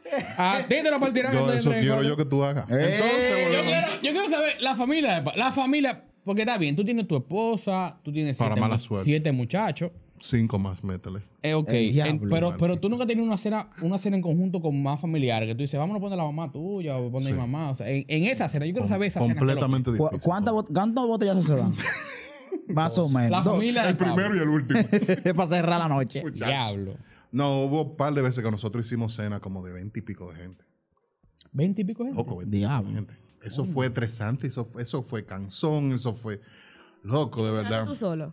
S1: A ti te lo partirán en
S4: Yo
S1: dos y en
S4: eso
S1: tres,
S4: quiero
S1: cuatro.
S4: yo que tú hagas.
S2: Eh,
S4: Entonces,
S1: Yo
S4: volvemos.
S1: quiero, yo quiero saber, la familia, de pa- la familia, porque está bien, tú tienes tu esposa, tú tienes
S4: Para
S1: siete,
S4: mala
S1: mu-
S4: suerte.
S1: siete muchachos.
S4: cinco más, métele.
S1: Eh, ok,
S2: El
S1: en-
S2: diablo,
S1: pero,
S4: mano.
S1: pero tú nunca tienes una cena, una cena en conjunto con más familiares, que tú dices, vámonos a poner la mamá tuya o poner mi mamá. O sea, en, en esa cena, yo quiero saber esa cena.
S4: Completamente
S2: ¿Cu-
S4: difícil.
S2: ¿Cuántas bot- ¿Cuántos botellazos se dan? Más o
S1: La
S2: menos. Dos.
S1: familia de
S4: El
S1: Pablo.
S4: primero y el último.
S2: Para cerrar la noche.
S4: Muchachos.
S1: Diablo.
S4: No, hubo un par de veces que nosotros hicimos cena como de veinte y pico de gente.
S1: ¿Veinte y pico de gente?
S4: Loco, 20 y pico de
S2: Diablo.
S4: gente. Eso fue estresante, eso, fue- eso fue canzón, eso fue loco, de verdad.
S3: tú solo.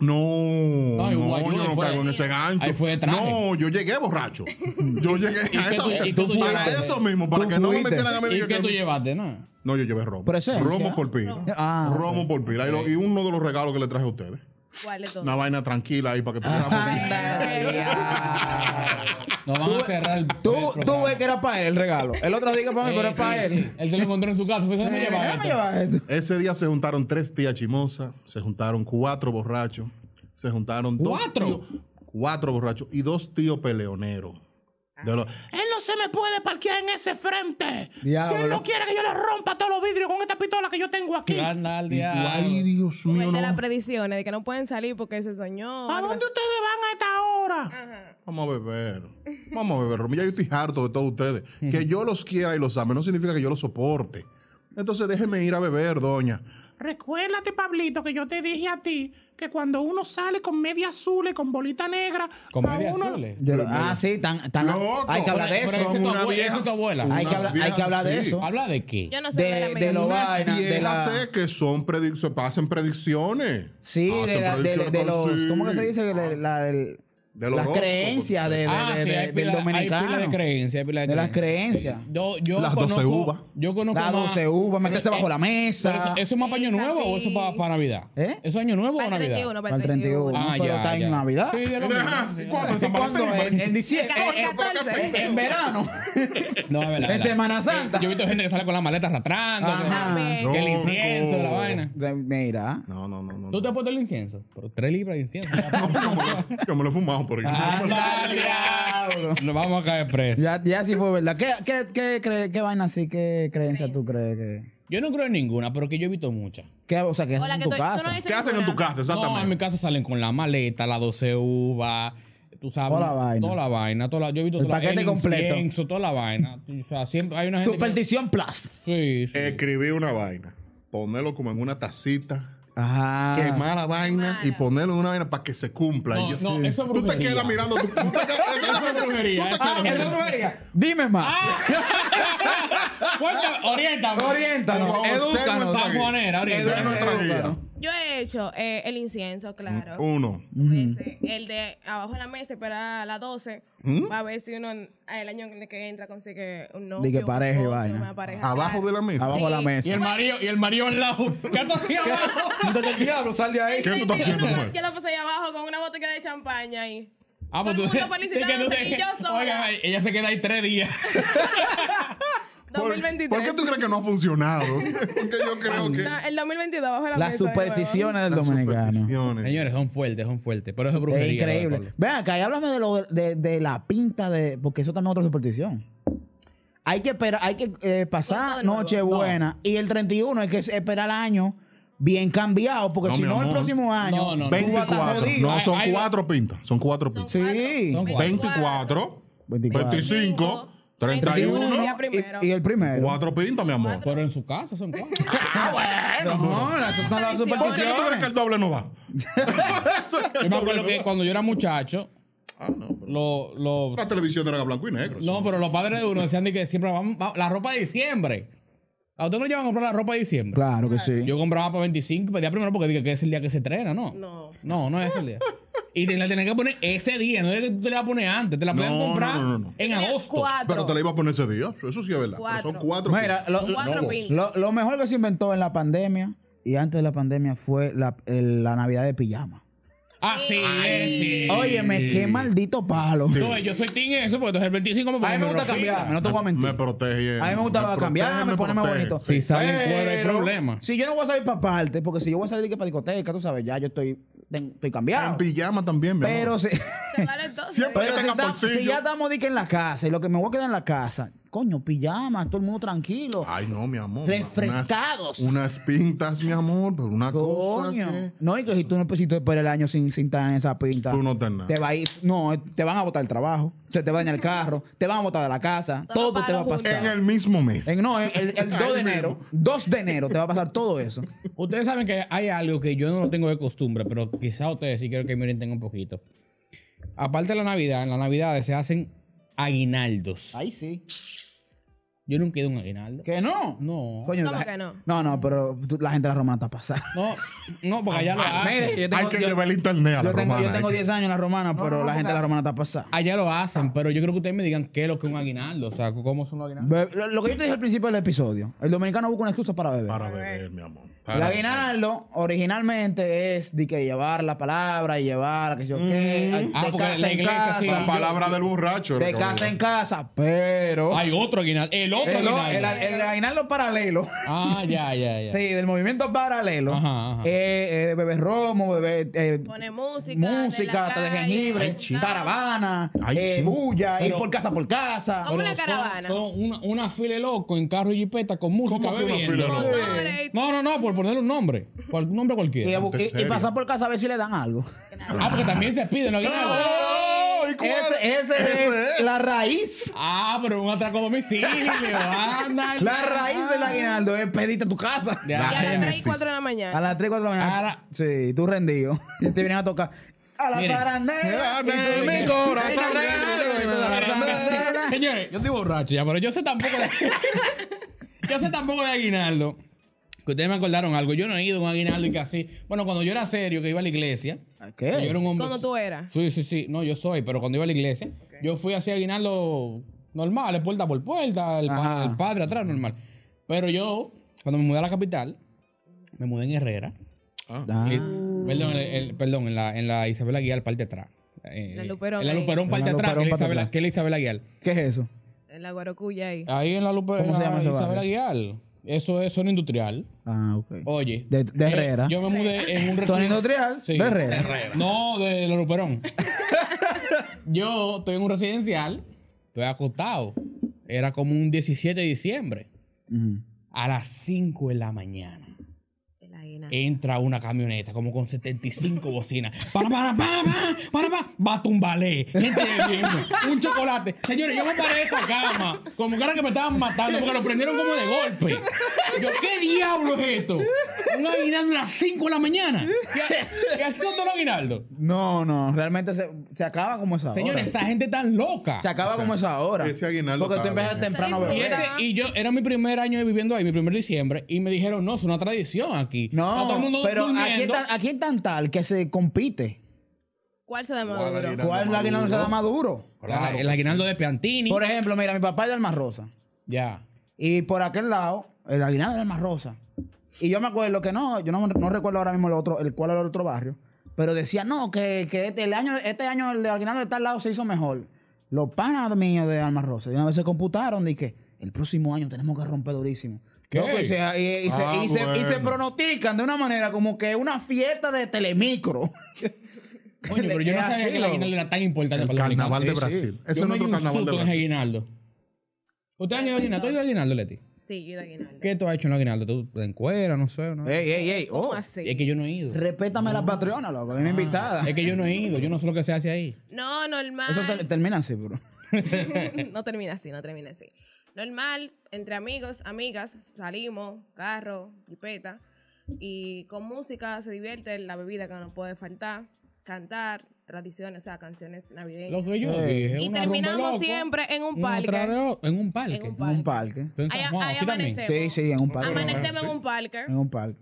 S4: No,
S1: No,
S4: no,
S1: y hubo ayuda,
S4: yo no
S1: fue-
S4: caigo en ese gancho.
S1: ahí fue de traje.
S4: No, yo llegué borracho. Yo llegué a
S1: qué
S4: eso,
S1: tú- y qué tú
S4: para
S1: llevaste?
S4: eso mismo, para
S2: Tú
S4: que no me
S2: fuiste.
S4: metieran a mí.
S1: ¿Y
S4: que-
S1: qué tú llevaste? No.
S4: No, yo llevé romo.
S2: Presencia.
S4: Romo por pila.
S2: Ah, ok.
S4: romo por pila. Y lo- Y uno de los regalos que le traje a ustedes.
S3: ¿Cuál de todos? Eh,
S4: Una vaina tranquila ahí para que pudiéramos.
S2: Ay,
S1: Nos van a cerrar el.
S2: Tú,
S1: el
S2: tú
S1: programa.
S2: ves que era para él el regalo. El otro día que para mí, pero es
S1: Sí,
S2: para
S1: sí,
S2: él.
S1: sí. Él se lo encontró en su casa. Fue, déjame llevar
S2: Déjame
S1: esto.
S2: llevar esto.
S4: Ese día se juntaron tres tías chimosas, se juntaron cuatro borrachos, se juntaron dos.
S1: ¿Cuatro?
S4: tíos- cuatro borrachos y dos tíos peleoneros. De los, él no se me puede parquear en ese frente.
S2: Diablo.
S4: Si él no quiere que yo le rompa todos los vidrios con esta pistola que yo tengo aquí.
S1: Anda al
S4: Y tú, ay,
S1: diablo.
S4: Dios
S3: Como
S4: mío,
S3: el de las
S4: no.
S3: predicciones, de que no pueden salir porque se soñó.
S4: ¿A
S3: algo
S4: dónde
S3: así.
S4: ustedes van a esta hora? Vamos a beber. Vamos a beber, Romy. Ya yo estoy harto de todos ustedes. Que yo los quiera y los ame no significa que yo los soporte. Entonces déjeme ir a beber, doña.
S5: Recuérdate, Pablito, que yo te dije a ti que cuando uno sale con media azul y con bolita negra,
S1: Con
S5: a
S1: media
S5: uno
S1: azules.
S2: Yo lo- ah, sí, tan, tan,
S4: Loco.
S2: hay que hablar de
S1: Pero
S2: eso.
S1: esa es tu
S4: una
S1: abue-
S4: vieja.
S1: esa es tu abuela.
S4: Unas
S2: Hay que hablar- hay que
S4: viejas,
S2: hablar de eso.
S1: ¿Habla de qué?
S3: Yo no sé
S2: De,
S3: la
S2: de lo
S3: medicina.
S2: vaina, de
S4: Viejas
S2: la.
S4: sé que son predic- se pasan predicciones.
S2: Sí,
S4: Hacen
S2: de, la- de, de,
S4: predicciones con-
S2: los.
S4: sí.
S2: ¿Cómo que se dice? De, la, el-
S4: De los
S2: las
S4: horóscopos.
S2: creencias de, de-
S1: Ah,
S2: de-
S1: sí,
S2: de-
S1: hay pila-
S2: del
S1: Hay pila de
S2: dominicano.
S1: creencias. hay pila
S2: De las creencias.
S1: Yo, yo
S4: Las 12
S1: conozco,
S4: uvas.
S1: Yo conozco
S2: La
S1: más-
S2: 12 uvas, meterse
S1: Pero,
S2: bajo la
S1: eh, pero
S2: mesa.
S1: ¿Eso, eso es más para Año
S3: Sí,
S1: Nuevo o eso
S3: sí.
S1: es para, Navidad?
S2: ¿Eh?
S1: ¿Eso es Año Nuevo o
S3: Para el
S1: Navidad?
S3: 31, para
S2: Para el 31.
S1: Ah,
S2: pero
S1: ya,
S2: está en
S1: ya.
S2: Navidad.
S1: Sí, de lo
S4: Ajá.
S1: mismo.
S4: ¿Cuándo? ¿San
S2: ¿Cuándo?
S4: Valentín?
S2: En, en diciembre.
S3: El
S2: En,
S3: 14.
S2: en- en verano.
S1: No, es verdad.
S2: En
S1: es
S2: Semana
S1: verdad.
S2: Santa.
S1: Yo he visto gente que sale con la maleta arrastrando.
S2: Ajá.
S1: que- Que el
S4: Loco.
S1: incienso, la vaina.
S2: De- Mira.
S4: No, no, no. no
S1: ¿Tú te
S4: no.
S1: has puesto el incienso? Pero tres libras de incienso.
S4: yo, me lo, yo me lo he fumado
S1: Ah,
S4: por ahí.
S1: Anda, al diablo. Nos vamos a caer presos.
S2: Ya, ya sí fue verdad. ¿Qué, qué, qué, cre- qué vaina así? ¿Qué creencia tú crees que.?
S1: Yo no creo en ninguna, pero que yo he visto muchas.
S2: que o sea, que
S3: O
S2: haces
S3: la
S2: en
S3: que
S2: tu
S3: tú- tú no
S2: casa?
S3: has hecho
S4: ¿Qué hacen en tu casa?
S3: ninguna.
S1: No, en mi
S4: Exactamente.
S1: casa salen con la maleta, la 12 uva, tú sabes.
S2: Toda la vaina.
S1: Toda la vaina. toda la- yo he visto
S2: El
S1: toda la-
S2: paquete completo.
S1: incienso, toda la vaina. O sea, siempre hay una gente. que-
S2: Superstición Plus.
S1: Sí, sí.
S4: Escribí una vaina. Ponerlo como en una tacita.
S2: Ajá.
S4: Quemar la vaina y ponerlo en una vaina para que se cumpla.
S1: Ah. No,
S4: Y yo-
S1: no, eso es
S4: Tú te
S1: brujería.
S4: quedas mirando. Tú, tú te quedas,
S1: Eso es brujería.
S4: tú te
S1: eso es
S4: quedas
S1: brujería.
S4: mirando.
S2: Dime más.
S1: Ah. Cuéntame, oriéntame.
S2: Oriéntanos,
S4: Por favor, sé
S2: edúcanos.
S4: nuestra
S1: San
S4: guía.
S1: Juanera, ahorita.
S4: Sé nuestra guía.
S3: Yo he hecho eh, el incienso, claro.
S4: Uno.
S3: Ese, el de abajo de la mesa espera a las 12 para ver si uno en- el año en el que entra consigue un novio.
S2: que
S3: un
S2: pareja y
S3: esposo,
S2: vaina.
S3: una pareja,
S4: Abajo
S3: claro.
S4: de la mesa.
S2: Abajo de la
S3: Sí.
S1: Y
S2: mesa.
S1: el marido, y el marido al lado. ¿Qué Ah, tú hacías abajo?
S2: Entonces, diablo, sal de ahí.
S4: ¿Qué tú estás haciendo,
S3: Yo,
S4: mujer?
S3: la- yo la pasé ahí abajo con una botella de champaña ahí.
S1: Ah, pues
S3: Todo el
S1: tú-
S3: mundo
S1: es que tú
S3: felicitándote
S1: te-
S3: y yo sola.
S1: Oigan, ella se queda ahí tres días.
S4: ¿Por-
S3: 2023.
S4: ¿Por qué tú crees que no ha funcionado? Porque yo creo que.
S3: No, el 2022 abajo de la
S2: Las
S3: mesa. de nuevo.
S2: supersticiones del
S4: Las
S2: dominicano.
S4: supersticiones.
S1: Señores, son fuertes, son fuertes. Pero eso es brujería.
S2: Es
S1: lo de
S2: increíble.
S1: Pablo.
S2: Ven acá, y háblame de, lo, de, de la pinta de. Porque eso también es otra superstición. Hay que esperar, hay que eh,
S3: Todo
S2: pasar
S3: de nuevo.
S2: Nochebuena y el 31 hay que esperar el año bien cambiado, porque
S4: No,
S2: si
S4: mi
S2: no, el
S4: amor.
S2: próximo año.
S1: No, no, no.
S2: tú vas a estar
S4: 24.
S2: jodido.
S4: No, son
S1: Hay- hay-
S4: cuatro pintas. Son cuatro pintas.
S2: Sí.
S1: Son cuatro.
S4: 24,
S2: 24.
S4: 25,
S3: 31
S4: 31.
S3: día primero.
S2: Y, y el primero.
S4: Cuatro pintas, mi amor.
S1: Pero en su casa son cuatro.
S2: No, esas son las
S4: ¿Por
S3: Tradición.
S4: qué tú crees que
S2: supersticiones.
S4: el doble no va?
S1: Yo me acuerdo que cuando yo era muchacho,
S4: Ah, no, pero
S1: lo- lo-
S4: La televisión era blanco y negro.
S1: no, pero los padres de uno decían de que siempre vamos, va- la ropa de diciembre. A ustedes no llevan a comprar la ropa de diciembre.
S2: Claro que sí.
S1: Yo compraba para 25 y pedía primero porque dije que es el día que se estrena, ¿no?
S3: No.
S1: No, no es el día. Y te la tenían que poner ese día, no era que tú te la pones antes, te la
S4: No,
S1: podían comprar
S4: no, no, no.
S1: en
S3: Tenía
S1: agosto.
S3: Cuatro.
S4: Pero te la iba a poner ese día. Eso sí es verdad. Pero son
S3: Cuatro.
S4: cuatro.
S2: Mira, lo, lo-
S3: Cuatro
S4: No,
S3: pintas.
S2: lo- lo mejor que se inventó en la pandemia y antes de la pandemia fue la, el- la Navidad de pijama.
S1: Ah, sí, eh, sí.
S2: Óyeme, qué maldito palo.
S1: No, yo soy team eso, porque entonces el 25 me
S2: A mí me gusta cambiarme, no te voy a
S4: Me
S2: mentir.
S4: protege.
S2: A mí me gusta cambiarme, ponerme bonito.
S1: Si sale en cuero hay
S2: Pero,
S1: problema.
S2: Si yo no voy a salir para parte, porque si yo voy a salir de que para discoteca, tú sabes, ya yo estoy, ten- estoy
S4: En
S2: cambiado.
S4: pijama también, mi amor.
S2: Pero si,
S3: Te vale entonces.
S4: Siempre que
S2: pero si,
S4: tenga
S2: está-
S4: bolsillo.
S2: si ya estamos de que en la casa y lo que me voy a quedar en la casa, coño, pijama, todo el mundo tranquilo.
S4: Ay, no, mi amor.
S2: Refrescados.
S4: Unas, unas pintas, mi amor, pero una
S2: Coño.
S4: cosa que
S2: No, y que si tú no si tú esperas el año sin, sin estar en esa pinta.
S4: tú no tenés
S2: Te
S4: nada.
S2: va a ir, no, te van a botar el trabajo, se te va a dañar el carro, te van a botar de la casa,
S3: Todo
S2: todo,
S3: pago
S2: te va a
S3: junto.
S2: pasar.
S4: En el mismo mes.
S2: En- no, el, el- el 2 de enero, 2 de enero te va a pasar todo eso.
S1: Ustedes saben que hay algo que yo no lo tengo de costumbre, pero quizá ustedes sí quiero que me orienten un poquito. Aparte de la Navidad, en la Navidad se hacen aguinaldos.
S2: Ahí sí.
S1: Yo nunca he ido a un aguinaldo.
S2: ¿Que no?
S1: No.
S2: Coño,
S3: ¿Cómo
S2: la-
S3: que no?
S2: No, no, pero tú- la gente de la romana está pasada.
S1: No, no, porque allá lo
S2: Mire,
S1: hacen.
S2: Ah, yo
S4: Hay
S2: tengo,
S4: que
S2: yo,
S4: llevar el internet a la
S2: yo tengo,
S4: romana. eh.
S2: yo tengo
S4: hay que-
S2: 10 años en la romana, pero la gente de la romana está pasada.
S1: Allá lo hacen, pero yo creo que ustedes me digan qué es lo que es un aguinaldo. O sea, cómo son los aguinaldos.
S2: Be- Lo, lo que yo te dije al principio del episodio, el dominicano busca una excusa para beber.
S4: Para beber, mi amor. Para
S2: El
S4: beber.
S2: aguinaldo originalmente es de que llevar la palabra y llevar, que sé yo qué,
S3: Mm.
S2: de
S1: Ah, porque
S2: casa
S1: la
S2: en
S1: iglesia
S2: casa,
S1: sí.
S4: La palabra del borracho. era
S2: de
S4: que
S2: casa
S4: hablaba.
S2: en casa, pero
S1: Hay otro aguinaldo. El otro
S2: el,
S1: aguinaldo.
S2: el- el aguinaldo paralelo,
S1: Ah, ya, ya, ya.
S2: sí, del movimiento paralelo,
S1: Ajá, ajá.
S2: eh, eh, beber romo, beber eh,
S3: Pone música.
S2: música,
S3: de
S2: té
S3: la
S2: de
S3: calle,
S2: jengibre,
S3: tal.
S2: caravana,
S4: Ay,
S2: eh,
S4: sí.
S2: bulla, ir
S1: Pero-
S2: por casa por casa. eh,
S3: ¿Cómo la
S1: Son-
S3: caravana?
S1: Son, una, una fila de loco en carro y jipeta con música
S4: ¿Cómo que una
S1: bebiendo.
S4: fila de loco?
S3: Motores y-
S1: No, no, no, por ponerle un nombre. Cual, un nombre
S2: Y,
S1: cualquiera.
S2: a bu-
S4: Ponte
S2: y- y
S4: serio.
S2: pasar por casa a ver si le dan algo.
S1: Ah, porque también se piden, ¿no?
S2: Ah.
S4: ¡Oh! ¿Y cuál?
S2: Ese, ese es la raíz.
S1: Ah, pero un atraco a domicilio. Anda.
S2: La raíz del aguinaldo es pedirte tu casa.
S1: Ya.
S3: Y a las 3 y
S4: Génesis.
S3: 4 de la mañana.
S2: A las 3, 4 de la mañana.
S1: Ahora-
S2: Sí, tú rendido. Y te vienen a tocar. A la
S1: Miren.
S2: parandera.
S4: Dame mi corazón.
S1: Señores, yo estoy borracho ya, pero yo sé tampoco de- yo sé tampoco de aguinaldo. Que ustedes me acordaron algo. Yo no he ido a un aguinaldo y que así. Bueno, cuando yo era serio, que iba a la iglesia. que Yo era
S2: ¿Qué?
S1: un hombre.
S3: Cuando tú eras.
S1: Sí, sí, sí. No, yo soy, pero cuando iba a la iglesia, yo fui así a aguinaldo normal, puerta por puerta, el, pa-
S2: Ajá.
S1: el padre atrás, normal. Pero yo, cuando me mudé a la capital, me mudé en Herrera.
S2: Ah.
S1: Es- perdón, el- el- perdón, en la, en la Isabel Aguilar, parte atrás. Eh,
S3: La Luperón,
S1: En la
S3: ahí.
S1: Luperón, parte
S2: En la
S1: atrás.
S2: Luperón,
S1: que es
S2: parte
S1: la Isabel-
S2: atrás.
S1: Que es la Isabel Aguilar.
S2: ¿Qué es eso?
S3: En la Guarocuya ahí.
S1: Ahí en la Luperón.
S2: ¿Cómo se llama ese
S1: Isabel
S2: barrio?
S1: Aguilar. Eso es zona industrial.
S2: Ah, ok.
S1: Oye.
S2: De- de
S1: eh,
S2: Herrera.
S1: yo me mudé en un
S2: Zona
S1: refugio.
S2: industrial
S1: Sí.
S2: de Herrera.
S1: No, de la Luperón. yo estoy en un residencial. Estoy acostado. Era como un 17 de diciembre.
S2: Ujú.
S1: A las 5 de la mañana.
S3: El águila.
S1: entra una camioneta como con 75 bocinas. Para, para, para, para, para, para. Va a tumbalé. Gente bebiendo. Un chocolate. Señores, yo me paré de esa cama. Como que era que me estaban matando porque lo prendieron como de golpe. Yo, ¿qué diablo es esto? Un aguinaldo a las 5 de la mañana. ¿Qué ha sido todo el aguinaldo?
S2: No, no, realmente se, se acaba como esa hora.
S1: Señores, esa gente tan loca.
S2: se acaba como esa hora.
S4: ese aguinaldo
S2: Porque tú
S4: estaba
S2: empiezas
S4: bien.
S2: temprano a
S1: Y,
S2: beber.
S1: ese- y yo, era mi primer año viviendo ahí, mi primer diciembre, y me dijeron, no, es una tradición aquí. Está todo el
S2: No,
S1: mundo
S2: pero aquí
S1: durmiendo.
S2: está, aquí es tan tal que se compite.
S3: ¿Cuál se da más
S4: Guadalajara.
S3: duro?
S2: ¿Cuál es la que no se da más duro?
S1: La-
S4: Claro,
S1: el aguinaldo de Piantini.
S2: Por e- ejemplo, mira, mi papá es de Alma Rosa.
S1: Ya.
S2: Y por aquel lado, el aguinaldo era más rosa. Y yo me acuerdo que no, yo no, no recuerdo ahora mismo el otro, el cuál era el otro barrio. Pero decía, no, que, que este, el año, este año el de aguinaldo de tal lado se hizo mejor. Los panas míos de Alma Rosa, y una vez se computaron, dije, el próximo año tenemos que romper durísimo.
S1: ¿Qué?
S2: Loco, y, se, y- y se-
S4: Ah,
S2: y se- y se
S4: bueno.
S2: pronostican de una manera como que una fiesta de telemicro.
S1: Coño, pero yo no
S2: Es
S1: sabía
S2: así,
S1: que el
S2: loco.
S1: aguinaldo era tan importante
S4: El
S1: para los
S4: carnaval de
S1: dominicanos.
S4: Brasil. Ese
S1: Yo
S4: es
S1: me di
S4: otro
S1: un
S4: carnaval de
S1: susto con ese
S4: Brasil.
S1: aguinaldo. ¿Usted ha ido a aguinaldo? ¿Tú has ido a aguinaldo, Leti?
S3: Sí, yo de aguinaldo.
S1: ¿Qué tú has hecho en aguinaldo? ¿Tú te encueras? No sé. No.
S2: Ey, ey, ey.
S3: ¿Cómo
S2: Oh,
S1: Es
S3: así?
S1: que yo no he ido.
S2: respétame
S1: Ah.
S2: la patrona, loco. A mí me invitada.
S1: Es que yo no he ido. Yo no sé lo que se hace ahí.
S3: No, normal.
S2: Eso te- termina así, bro.
S3: no termina así, no termina así. Normal, entre amigos, amigas, salimos, carro, jipeta. Y con música se divierte, la bebida que no puede faltar, cantar, tradiciones, o sea, canciones navideñas.
S1: Lo que yo
S2: Sí.
S1: dije.
S3: Y
S1: una
S3: terminamos
S1: rumba loco,
S3: siempre en un
S1: una
S3: parque.
S1: tras de o- en un parque.
S3: En un
S2: En un parque.
S1: Tú en San
S3: Ahí-
S1: Juan,
S3: ahí
S1: aquí también.
S3: amanece.
S2: Sí, sí, en un parque.
S3: Amanecemos en un parque,
S2: En un parque.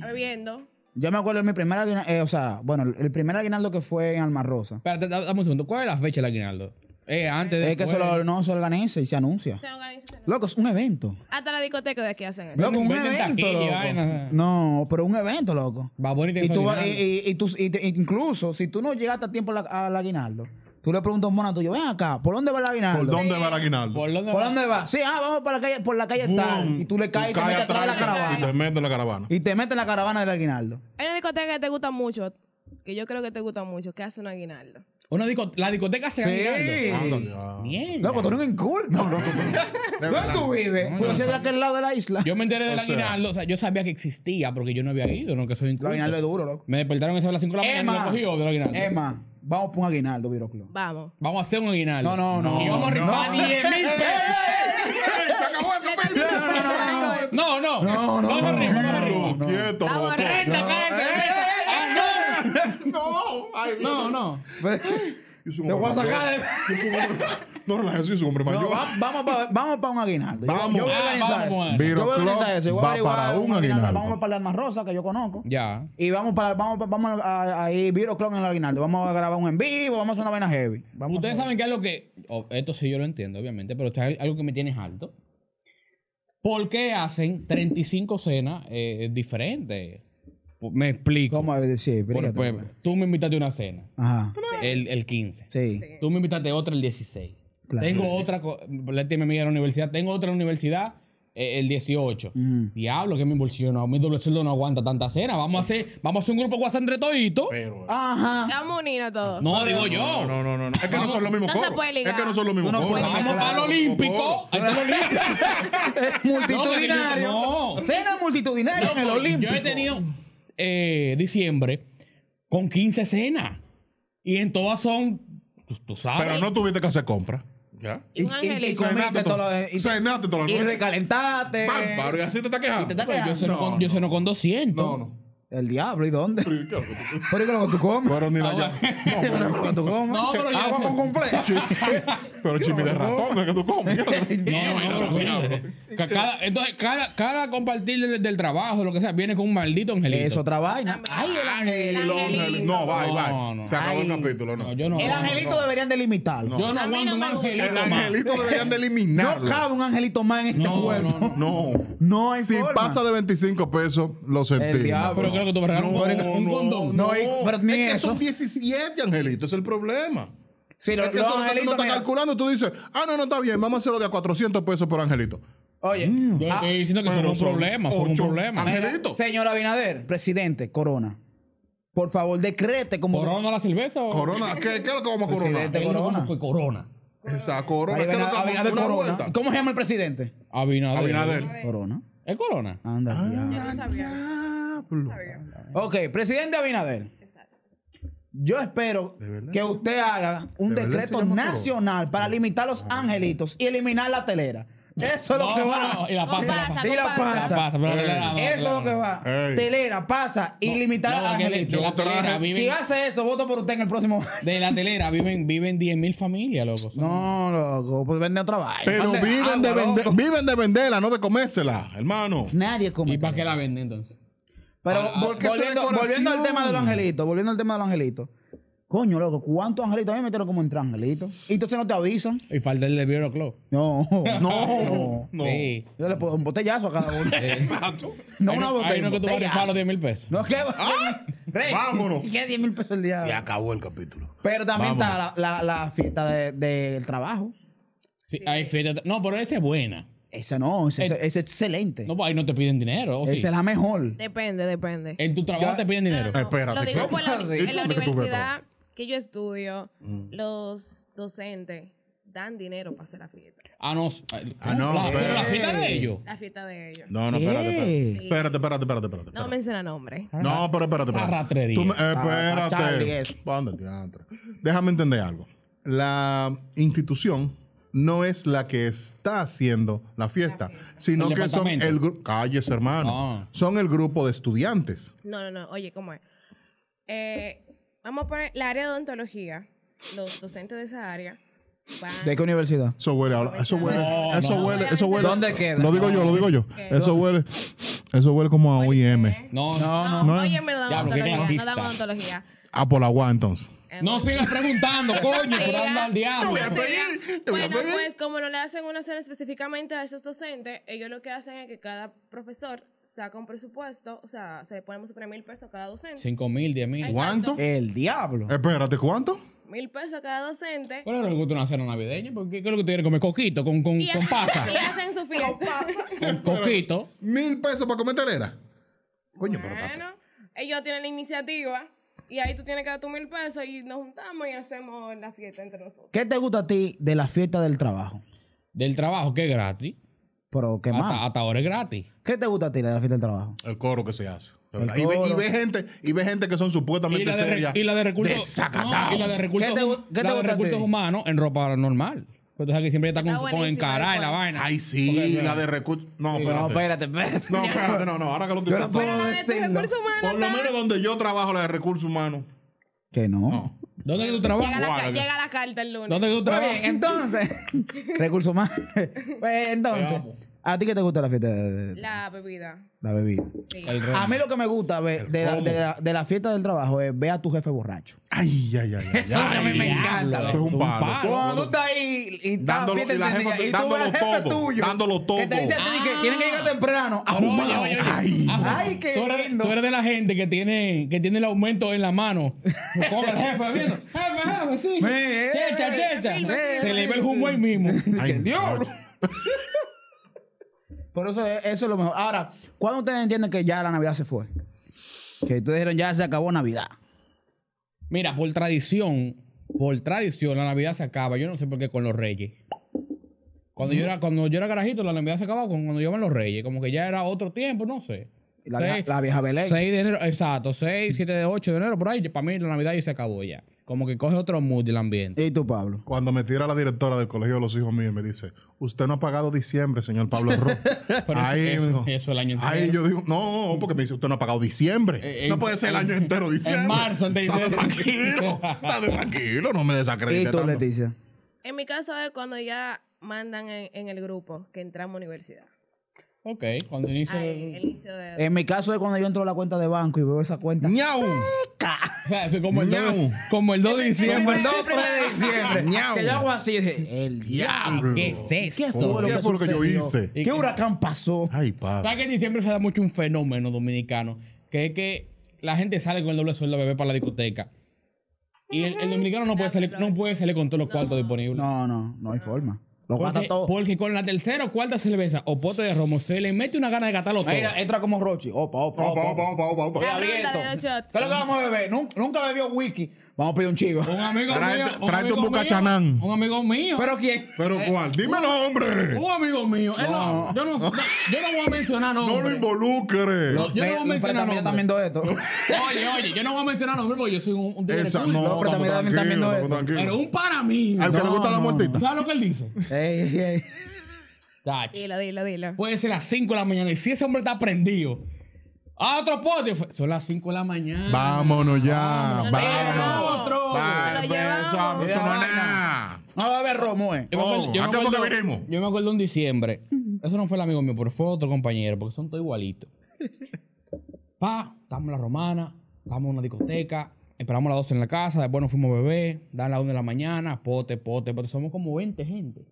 S3: bebiendo.
S2: Yo me acuerdo de mi primer aguinaldo, o sea, bueno, el primer aguinaldo que fue en Alma Rosa.
S1: Espérate, da- dame un segundo. ¿Cuál es la fecha del aguinaldo? Eh, antes de.
S2: Es que se lo- no se organiza y se anuncia.
S3: Se organiza-
S2: Loco, es un evento.
S3: Hasta la discoteca de aquí hacen eso.
S2: Loco, un
S1: venden
S2: evento,
S1: taquilla y
S2: loco.
S1: vaina.
S2: No, pero un evento, loco.
S1: Va bonito.
S2: Y tú vas- y, y- y tú- y te- incluso si tú no llegaste a tiempo a la- al aguinaldo, tú le preguntas a un mono tuyo, ven acá, ¿por dónde va el aguinaldo?
S4: ¿Por dónde va el aguinaldo?
S1: ¿Por dónde
S2: ¿Por
S1: vas?
S2: dónde va? Sí, ah, vamos por la calle, por la calle
S4: Boom.
S2: tal. Y tú le caes y te metes atrás de la
S4: y te- Y te
S2: caravana.
S4: metes en la caravana.
S2: Y te metes en la caravana del aguinaldo.
S3: Hay una discoteca que te gusta mucho, que yo creo que te gusta mucho, que hace un aguinaldo.
S1: Una disco- la discoteca se
S2: Sí.
S1: aguinaldo.
S4: Ándale, ah.
S1: Mierda.
S2: Loco, tú eres un inculto.
S4: De
S2: ¿Dónde
S4: verdad.
S2: tú vives?
S1: No,
S2: Yo
S1: no.
S2: soy de aquel lado de la isla.
S1: Yo me enteré del
S4: O sea-
S1: aguinaldo. O sea, yo sabía que existía porque yo no había ido, no que soy
S2: El
S1: inculto.
S2: aguinaldo es duro, loco.
S1: Me despertaron esa a las 5 de la mañana y
S2: Emma,
S1: lo cogí yo del aguinaldo.
S2: Emma, vamos por un aguinaldo, Viroclub.
S3: Vamos.
S1: Vamos a hacer un aguinaldo.
S2: No, no, no.
S1: Y vamos a rifar
S2: no.
S1: 10 mil pesos.
S4: ¡Se acabó el papel!
S1: No, no.
S2: No, no, Eh,
S1: Vamos a rifar, vamos a
S4: Quieto,
S1: rifar.
S4: quieto,
S3: Vamos,
S4: roto.
S1: Renta, espérate, renta. Ah,
S4: No, ay,
S1: No, no. no.
S4: Yo soy
S2: Te
S4: un
S2: voy a
S4: hombre
S2: sacar
S4: mayor. Yo soy un hombre- No relajes, yo soy un hombre
S2: No,
S4: mayor.
S2: va- vamos para un aguinaldo. Yo-
S4: Vamos.
S2: Yo, voy a
S4: Ah,
S2: organizar
S1: vamos,
S2: eso.
S1: bueno.
S2: Yo voy a organizar
S4: Viro
S2: eso. Yo
S4: Club
S2: voy a
S4: va
S2: averiguar
S4: para un
S2: Vamos
S4: aguinaldo.
S2: para la Alma Rosa, que yo conozco.
S1: Ya.
S2: Y vamos para vamos, pa- vamos a, a ir Viro Clon en el aguinaldo. Vamos a grabar un en vivo, vamos a hacer una vaina heavy. Vamos
S1: Ustedes
S2: a-
S1: saben que algo que. oh, esto sí yo lo entiendo, obviamente, pero esto es algo que me tienes alto. ¿Por qué hacen 35 cenas eh, diferentes? Pues, Me explico.
S2: ¿Cómo es decir?
S1: Por-
S2: Explícate.
S1: pues, tú me invitaste a una cena
S2: Ajá.
S1: el, el 15.
S2: Sí.
S1: Tú me invitaste a otra el 16.
S2: Claro.
S1: Tengo otra. co- La última amiga de la universidad. Tengo otra en la universidad eh, el 18.
S2: Ujú.
S1: Diablo, que mi bolsillo no, mi doble sueldo no aguanta tanta cena. Vamos a hacer, vamos a hacer un grupo WhatsApp entre toditos.
S4: Pero, eh,
S2: Ajá.
S3: Vamos a unir a todos.
S1: Ah. No, digo yo.
S4: No, no, no, no. no. Es que no son los mismos
S3: No se
S4: coros.
S3: puede ligar.
S4: Es que no son los
S2: Tú
S4: mismos
S2: no
S4: coros.
S2: puedes ligar.
S1: Vamos para el Olímpico. Ahí está el Olímpico.
S2: Multitudinario.
S1: No, que yo- no.
S2: Cena multitudinaria en el
S1: Loco,
S2: Olímpico.
S1: Yo he tenido eh, diciembre con 15 cenas. Y en todas son, tú, tú sabes.
S4: Pero no tuviste que hacer compras. ¿Ya?
S3: Y un
S2: Y- y- y
S3: angelito.
S2: comiste
S4: Cenaste
S2: todo
S4: todo-
S2: lo- y-
S4: Cenaste toda
S2: Y
S4: la noche.
S2: recalentate.
S4: Bárbaro, y así te estás quejando.
S2: estás
S1: Pues yo
S2: quejando.
S1: ceno con, yo ceno con 200.
S4: No, no.
S2: El diablo, ¿y dónde? Pero es que lo que tú comes.
S4: Pero ni la
S1: Ah,
S4: llave.
S2: Pero es lo que tú comes.
S1: No, pero yo-
S2: Agua Ah, con complejo.
S4: Pero chipi de ratón, es que tú comes.
S1: No, no, no, cuidado. Ca- cada- entonces, cada, cada compartir del, del trabajo, lo que sea, viene con un maldito angelito.
S2: Es otra vaina. Ay, el
S4: Ay,
S2: angelito.
S4: el ángel. No, bye,
S1: No, no.
S4: bye. Se acabó el
S2: Ay.
S4: capítulo, no.
S1: No, yo no.
S2: El angelito deberían delimitarlo.
S1: Yo no
S3: A mí
S1: aguanto
S3: no
S1: un
S3: me gusta.
S1: angelito.
S4: El
S1: más.
S4: angelito deberían de
S2: No
S4: eliminarlo.
S2: cabe un angelito más en este
S1: No,
S2: cuerpo.
S1: no, no.
S4: No.
S2: No hay
S4: Si
S2: forma.
S4: pasa de 25 pesos, lo sentimos.
S2: diablo.
S1: Pero creo que tú me regalas un, un condón.
S2: no, y- pero ni
S4: es que
S2: eso.
S4: son 17, Angelito, es el problema.
S2: Sí, lo-
S4: es que
S2: los
S4: eso no te- no
S2: angelitos,
S4: está
S2: mira.
S4: calculando, tú dices, ah, no, no, está bien, vamos a hacerlo de a 400 pesos por Angelito.
S2: Oye,
S1: Yo le
S2: ah,
S1: estoy diciendo que son
S4: pero
S1: un
S4: son
S1: problema, son un
S4: ocho
S1: problema.
S4: ángeles.
S2: mira,
S4: angelito.
S2: señor Abinader, presidente, Corona. Por favor, decrete como...
S1: ¿Corona la cerveza o?
S4: Corona, ¿qué, qué es lo que
S2: Pues
S4: vamos a coronar?
S2: Presidente.
S1: Él no
S2: Corona.
S1: como que corona.
S4: Esa corona, ¿qué es lo
S2: Abinader,
S4: que vamos a
S2: Abinader
S4: una
S2: Corona.
S4: vuelta?
S2: ¿Cómo se llama el presidente?
S1: Abinader.
S4: Abinader.
S2: Corona.
S1: ¿Es corona?
S2: Anda, diablo.
S3: No sabía.
S2: Ok, presidente Abinader. Yo espero
S4: ¿De verdad?
S2: que usted haga un
S4: ¿De verdad
S2: decreto
S4: se llama Corona?
S2: nacional para limitar los angelitos y eliminar la telera. Eso es lo
S1: No,
S2: que
S1: no,
S2: va.
S1: no, y la pasa,
S3: No
S1: y la pasa.
S2: Y la
S3: pasa, no
S1: La
S2: pasa.
S3: pasa.
S1: pasa, pero
S4: Ey.
S1: la- la-
S2: Eso es lo que va.
S4: Ey.
S2: Telera, pasa y limitar
S1: No,
S2: a
S1: que de,
S2: angelitos.
S1: de la
S4: Yo traje-
S1: telera
S2: Si
S1: viven,
S2: hace eso, voto por usted en el próximo.
S1: de la telera viven, viven 10.000 familias, loco. Son-
S2: No, loco, pues vende otra vaina.
S4: Pero
S2: Mande
S4: viven de,
S2: agua,
S4: vende-
S2: loco.
S4: viven de venderla, no de comérsela, hermano.
S2: Nadie come.
S1: ¿Y para qué
S2: telera.
S1: la venden entonces?
S2: Pero
S1: Ah,
S2: vol-
S4: porque eso es
S2: volviendo,
S4: decoración.
S2: volviendo al tema de los angelitos, volviendo al tema de los angelitos. Coño, loco, ¿cuántos angelitos? A mí me metieron como entre angelitos. Y entonces no te avisan.
S1: Y falta el de Vero Club.
S2: No, no.
S4: No.
S1: Sí.
S2: Yo le pongo un botellazo a cada uno.
S4: Exacto.
S2: No
S1: Ahí
S2: una botella.
S1: ahí no que tú vas a
S2: botellazo.
S1: rifar los 10 mil pesos.
S2: No, que Ah, Rey,
S4: Vámonos.
S2: ¿Qué 10 mil pesos el día?
S4: Se acabó el capítulo.
S2: Pero también
S4: Vámonos.
S2: está la, la- la fiesta de- del trabajo.
S1: Sí, hay fiesta- No, pero esa es buena.
S2: Esa no, esa
S1: El-
S2: esa es excelente.
S1: Eh, No, pues ahí no te piden dinero. ¿o sí?
S2: Esa es la mejor.
S3: Depende, depende.
S1: En tu trabajo
S2: Yo-
S1: te piden dinero.
S3: No,
S4: Espérate,
S3: Lo
S4: ¿qué?
S3: digo por la,
S2: Sí.
S3: en la
S4: ¿Dónde que tú ves Mm.
S3: universidad que yo estudio, los docentes dan dinero para hacer la fiesta.
S1: Ah, no.
S4: Ah, no,
S1: La,
S4: pero-
S1: la fiesta de ellos.
S3: La fiesta de ellos.
S4: No, no, espérate, espérate. Espérate, espérate, espérate, espérate.
S3: No menciona nombre.
S4: No, pero espérate, espérate.
S1: Arrastrería.
S4: Tú me- eh,
S2: Ah, Charlie,
S4: espérate.
S2: eso.
S4: Ándate, ándate. Déjame entender algo. La institución no es la que está haciendo la fiesta, sino
S1: El
S4: que son
S1: departamento.
S4: el grupo. Calles, hermano.
S1: Ah.
S4: Son el grupo de estudiantes.
S3: No, no, no. Oye, ¿cómo es? Eh, vamos a poner la área de odontología. Los docentes de esa área van...
S2: ¿De qué universidad?
S4: Eso huele, a- eso huele,
S1: No,
S4: eso
S1: no.
S4: huele, eso huele.
S2: ¿Dónde queda?
S4: Lo digo yo, lo digo yo. Eso huele, eso huele como a OIM.
S1: No, no.
S3: No,
S4: no.
S3: oye, me lo dan
S1: Diablo, qué
S3: odontología.
S1: clasista.
S3: No dan odontología.
S4: A Ah, por agua entonces.
S3: Eh,
S1: No sigas preguntando, coño, por andar al diablo.
S4: Te voy a seguir, te voy a
S3: bueno,
S4: seguir.
S3: pues como no le hacen una cena específicamente a esos docentes, ellos lo que hacen es que cada profesor saca un presupuesto, o sea, se le ponemos poner mil pesos a cada docente.
S1: 5 mil, 10 mil.
S3: Exacto.
S4: ¿Cuánto?
S2: El diablo.
S3: pues.
S4: Espérate, ¿cuánto?
S3: Mil pesos a cada docente.
S1: ¿Cuál es lo que gusta una cena navideña? ¿Por qué, ¿Qué es lo que tienen que comer? Coquito, con, con,
S3: Y,
S1: con pasa.
S3: y hacen su fiesta.
S1: Con coquito.
S4: Mil pesos para comer telera. Coño, pero está-
S3: Bueno, ellos tienen la iniciativa y ahí tú tienes que dar tus mil pesos y nos juntamos y hacemos la fiesta entre nosotros.
S2: ¿Qué te gusta a ti de la fiesta del trabajo?
S1: Del trabajo, que es gratis.
S2: Pero, ¿qué
S1: Hasta,
S2: más?
S1: hasta ahora es gratis.
S2: ¿Qué te gusta a ti de la fiesta del trabajo?
S4: El coro que se hace. de
S2: El
S4: verdad. Y ve, y
S2: coro.
S4: ve gente, y ve gente que son
S1: Y
S4: supuestamente
S1: la, de, re-
S4: serias.
S1: y la de recursos,
S4: desacatados.
S1: no, y la de recursos,
S2: ¿Qué te gu- qué te
S1: la de
S2: gusta a ti?
S1: recursos humanos en ropa normal. Pues Entonces aquí siempre está con,
S3: Está
S1: con
S3: buenísima,
S1: encarar y la
S3: igual.
S1: vaina.
S4: Ay, sí, la de recursos. No,
S2: espérate.
S4: espérate. No, espérate, no, no. Ahora que lo estoy
S2: Yo no
S4: pensando.
S2: puedo
S3: La de tus
S2: decirlo.
S3: recursos humanos
S4: Por lo
S3: Este está-
S4: menos donde yo trabajo, la de recursos humanos.
S2: Que no.
S4: No.
S1: ¿Dónde es tu
S3: Llega
S1: trabajo?
S3: la, ca-
S4: Guarda.
S3: llega la carta el lunes.
S1: ¿Dónde es tu
S2: Muy
S1: trabajo?
S2: bien, entonces. Recursos más. Pues,
S4: Te
S2: entonces.
S4: amo.
S2: ¿A ti qué te gusta la fiesta de, de- de-
S3: La bebida.
S2: la bebida?
S3: Sí.
S1: El
S2: A
S1: romo.
S2: mí lo que me gusta ve, de, la,
S4: romo.
S2: de la- de la fiesta del trabajo es ver a tu jefe borracho.
S4: Ay, ay, ay. ay,
S2: Eso a mí me
S4: ay.
S2: encanta,
S4: Esto es un palo.
S2: Ah, Cuando tú estás ahí y estás
S4: Dándolo-
S2: fiesta
S4: y la
S2: encendida, y
S4: jefa-
S2: tú ves al
S4: dándolo
S2: jefe
S4: todo,
S2: tuyo,
S4: dándolo
S2: Que te
S4: todo.
S2: dice a ti que tienen que llegar temprano.
S1: Oye,
S2: ahumado.
S1: oye, oye.
S4: Ay.
S1: Ah,
S2: Ay, qué
S1: tú eres,
S2: lindo.
S1: tú eres de la gente que tiene, que tiene el aumento en la mano. Como el jefe, viendo. Jefe, jefe, sí.
S2: Eh,
S1: Checha,
S2: eh,
S1: checha.
S2: eh,
S1: Se le ve el humo ahí mismo.
S4: Ay, diablo.
S2: Por eso, es- eso es lo mejor. Ahora, ¿cuándo ustedes entienden que ya la Navidad se fue? Que ustedes dijeron, ya se acabó Navidad.
S1: Mira, por tradición, por tradición, la Navidad se acaba. Yo no sé por qué con los Reyes. Cuando, yo, era, cuando yo era garajito, la Navidad se acababa con, cuando yo iba en los Reyes. Como que ya era otro tiempo, no sé.
S2: Y La,
S1: Sí.
S2: vieja, la vieja Belén.
S1: 6 de enero, exacto, 6, 7 de 8 de enero, por ahí, para mí la Navidad ya se acabó ya. Como que coge otro mood el ambiente.
S2: ¿Y tú, Pablo?
S4: Cuando me tira la directora del colegio de los hijos míos y me dice, usted no ha pagado diciembre, señor Pablo Ro.
S1: Pero
S4: Ahí,
S1: eso-
S4: digo,
S1: eso el año entero.
S4: Ahí yo digo, no, porque me dice, usted no ha pagado diciembre.
S1: Eh, eh,
S4: no puede ser el año entero diciembre.
S1: marzo, antes de
S4: Dame
S1: diciembre.
S4: tranquilo, dame tranquilo, no me
S2: ¿Y
S4: desacredite
S2: tú,
S4: tanto.
S2: Leticia?
S3: En mi caso es cuando ya mandan en, en el grupo que entramos a universidad.
S1: Ok, cuando inicia
S3: Ahí,
S1: el...
S3: el inicio
S4: Eh,
S3: de...
S2: En mi caso es cuando yo entro a la cuenta de banco y veo esa cuenta.
S4: ¡Miau!
S1: O sea, eso como el, 2,
S4: Ñau.
S1: como el 2 de
S2: Como
S1: diciembre.
S2: el 2 o 3 de diciembre.
S4: Ñau.
S2: que yo hago así y dije, el
S4: ¡Diablo!
S1: ¿Qué es
S2: ¿Qué
S1: eso?
S2: fue lo
S4: ¿Qué
S2: que,
S4: fue lo que yo
S2: sucedió?
S4: hice?
S2: ¿Qué huracán pasó?
S4: Ay, padre.
S1: ¿Sabes que en diciembre se da mucho un fenómeno dominicano? Que es que la gente sale con el doble sueldo a beber para la discoteca. Y el, el dominicano no puede, salir, no puede salir con todos los cuartos disponibles.
S2: No, no, no hay forma. Lo gasta
S1: Porque,
S2: todo.
S1: porque con la tercera o cuarta cerveza o pote de romo se le mete una gana de gastarlo todo.
S2: Mira, entra como Rochi. Opa, opa,
S4: Vamos,
S2: opa.
S4: vamos, vamos, vamos, vamos.
S3: La ronda
S2: abierto.
S3: de los shots.
S2: ¿Qué es lo que vamos a beber? Nun- Nunca bebió whisky. Vamos a pedir un chivo.
S1: Un amigo
S4: Tráete-
S1: mío.
S4: tráete un
S1: amigo
S4: bucachanán.
S1: mío, Un amigo mío.
S2: ¿Pero quién?
S4: Pero cuál, dímelo, hombre.
S1: un amigo mío. Él no-
S2: No.
S1: yo, no, no- yo no voy a mencionar
S4: No
S1: nombres.
S4: lo involucre.
S1: No, yo no voy a mencionar
S2: Préstame, yo
S1: nombres.
S2: también doy esto.
S1: Oye, oye, yo no voy a mencionar nombres porque yo soy un, un tigre
S4: Esa,
S1: cool.
S4: no,
S2: pero
S4: estamos
S2: también- también
S4: tranquilos,
S2: no es-
S4: estamos
S1: Pero
S4: tranquilos.
S1: un para mí.
S4: Al que le
S2: No,
S4: gusta la
S2: no.
S4: muertita.
S1: ¿Sabes lo que él dice?
S2: Ey, ey, ey.
S1: Tacho.
S3: Dilo, dilo, dilo.
S1: Puede ser las 5 de la mañana. Y si ese hombre está prendido. A otro pote. fue- Son las 5 de la mañana.
S4: Vámonos ya,
S1: Vámonos.
S4: vámonos.
S1: Otro.
S4: Bye,
S3: Nos lo llevamos.
S4: beso, pues, eso no es
S2: Mira,
S4: nada.
S2: No va a beber romo, eh.
S1: Yo me acuerdo-
S4: Oh,
S1: yo me
S4: ¿a qué fue que
S1: acuerdo-
S4: vinimos?
S1: Yo me acuerdo en diciembre. Eso no fue el amigo mío, pero fue otro compañero, porque son todos igualitos. Pa, estamos en la romana, estamos en una discoteca, esperamos a las 12 en la casa, después nos fuimos a beber, dan las 1 de la mañana, pote, pote, pote. Somos como 20 gente.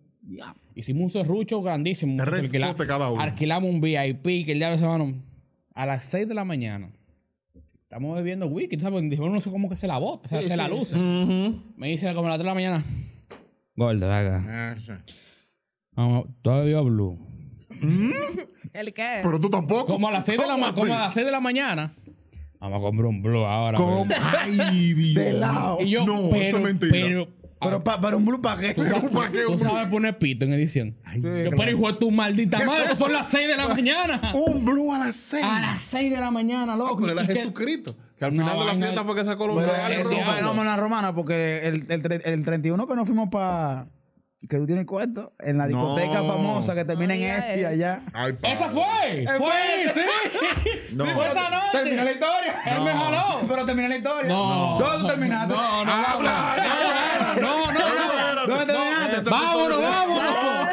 S1: Hicimos un serrucho grandísimo. un
S4: Tres
S1: alquila-
S4: potes cada uno.
S1: Alquilamos un VIP, que el diablo se mano. A las 6 de la mañana. Estamos bebiendo whisky, tú ¿sabes? Dijimos, no sé cómo que se la bota, se, se la luce. Me dice como a las 3 de la mañana. Gordo, haga. Vamos, todavía blue.
S3: ¿El qué?
S4: Pero tú tampoco.
S1: Como a las 6 de la,
S4: ¿Cómo
S1: ma- como a
S4: así?
S1: las seis de la mañana. Vamos a comprar un blue ahora. pues.
S4: ¿Cómo?
S1: bebé.
S4: Ay, Dios.
S2: De lado.
S1: Y yo,
S4: No,
S1: pero,
S4: eso es mentira.
S1: pero, ah,
S2: Pero pa- para un blue pa' qué.
S4: Pero, ¿para qué,
S1: tú
S4: hombre?
S1: sabes poner pito en edición.
S4: Ay,
S1: yo, pero hijo de tu maldita madre, son las 6 de la mañana.
S4: Un blue a las seis.
S1: A las 6 de la mañana, loco.
S4: Porque Ah, era
S1: Y que-
S4: Jesucristo. Que al
S1: No,
S4: final de la
S1: vaina-
S4: fiesta fue que sacó los
S2: Pero
S4: regalos
S2: eso
S4: rojos.
S2: fenómeno en la romana porque el, el, tre- el 31 que nos fuimos para que tú tienes cuento en la discoteca
S4: No.
S2: famosa que termina en
S3: diga
S2: este y
S3: eso.
S2: allá.
S4: Ay, padre.
S1: ¡Esa fue! ¡Fue! ¡Sí!
S4: No.
S1: Sí, ¡Fue esa noche!
S2: Terminó la historia.
S1: Él me jaló.
S2: Pero terminó la historia.
S1: No.
S2: ¿Dónde tú terminaste?
S1: No,
S4: Ah,
S1: no,
S4: Habla,
S1: no,
S4: habla.
S1: no, no,
S4: Ah,
S1: no, no.
S2: ¿Dónde
S1: No,
S2: terminaste?
S1: vámonos, vámonos.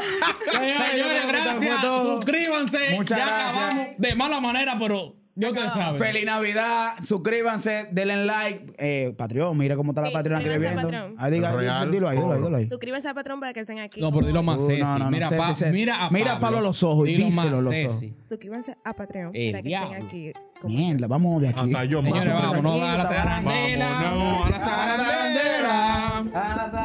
S1: Señores,
S2: Señores,
S1: gracias.
S2: esto fue todo.
S1: Suscríbanse.
S2: Muchas
S1: ya
S2: gracias.
S1: acabamos de mala manera, pero yo te saben.
S2: Feliz Navidad, suscríbanse, denle like. Eh, Patreon, mira cómo está la
S3: Sí,
S2: Patreon aquí
S3: suscríbanse
S2: viviendo.
S3: a Patreon.
S2: Ah, diga,
S4: Real
S2: dilo ahí, dilo ahí, dilo ahí.
S3: Suscríbanse al patrón para que estén aquí.
S1: No, pero dilo más
S2: Uh,
S1: sexy.
S2: no, no, no,
S1: mira,
S2: sexy,
S1: pa-
S2: sexy.
S1: mira a Pablo.
S2: Mira a Pablo a los ojos y
S1: Dilo más
S2: díselo a los
S1: sexy.
S3: Suscríbanse a Patreon
S1: Eh,
S3: para que
S1: diablo.
S3: estén aquí. como-
S2: Mierda, vamos de aquí.
S4: Hasta yo,
S1: Señores,
S4: más.
S1: vámonos. A la
S2: Tranquilo,
S1: zarandela.
S4: Vámonos a la
S1: A la
S4: zarandela.
S1: zarandela.
S2: A la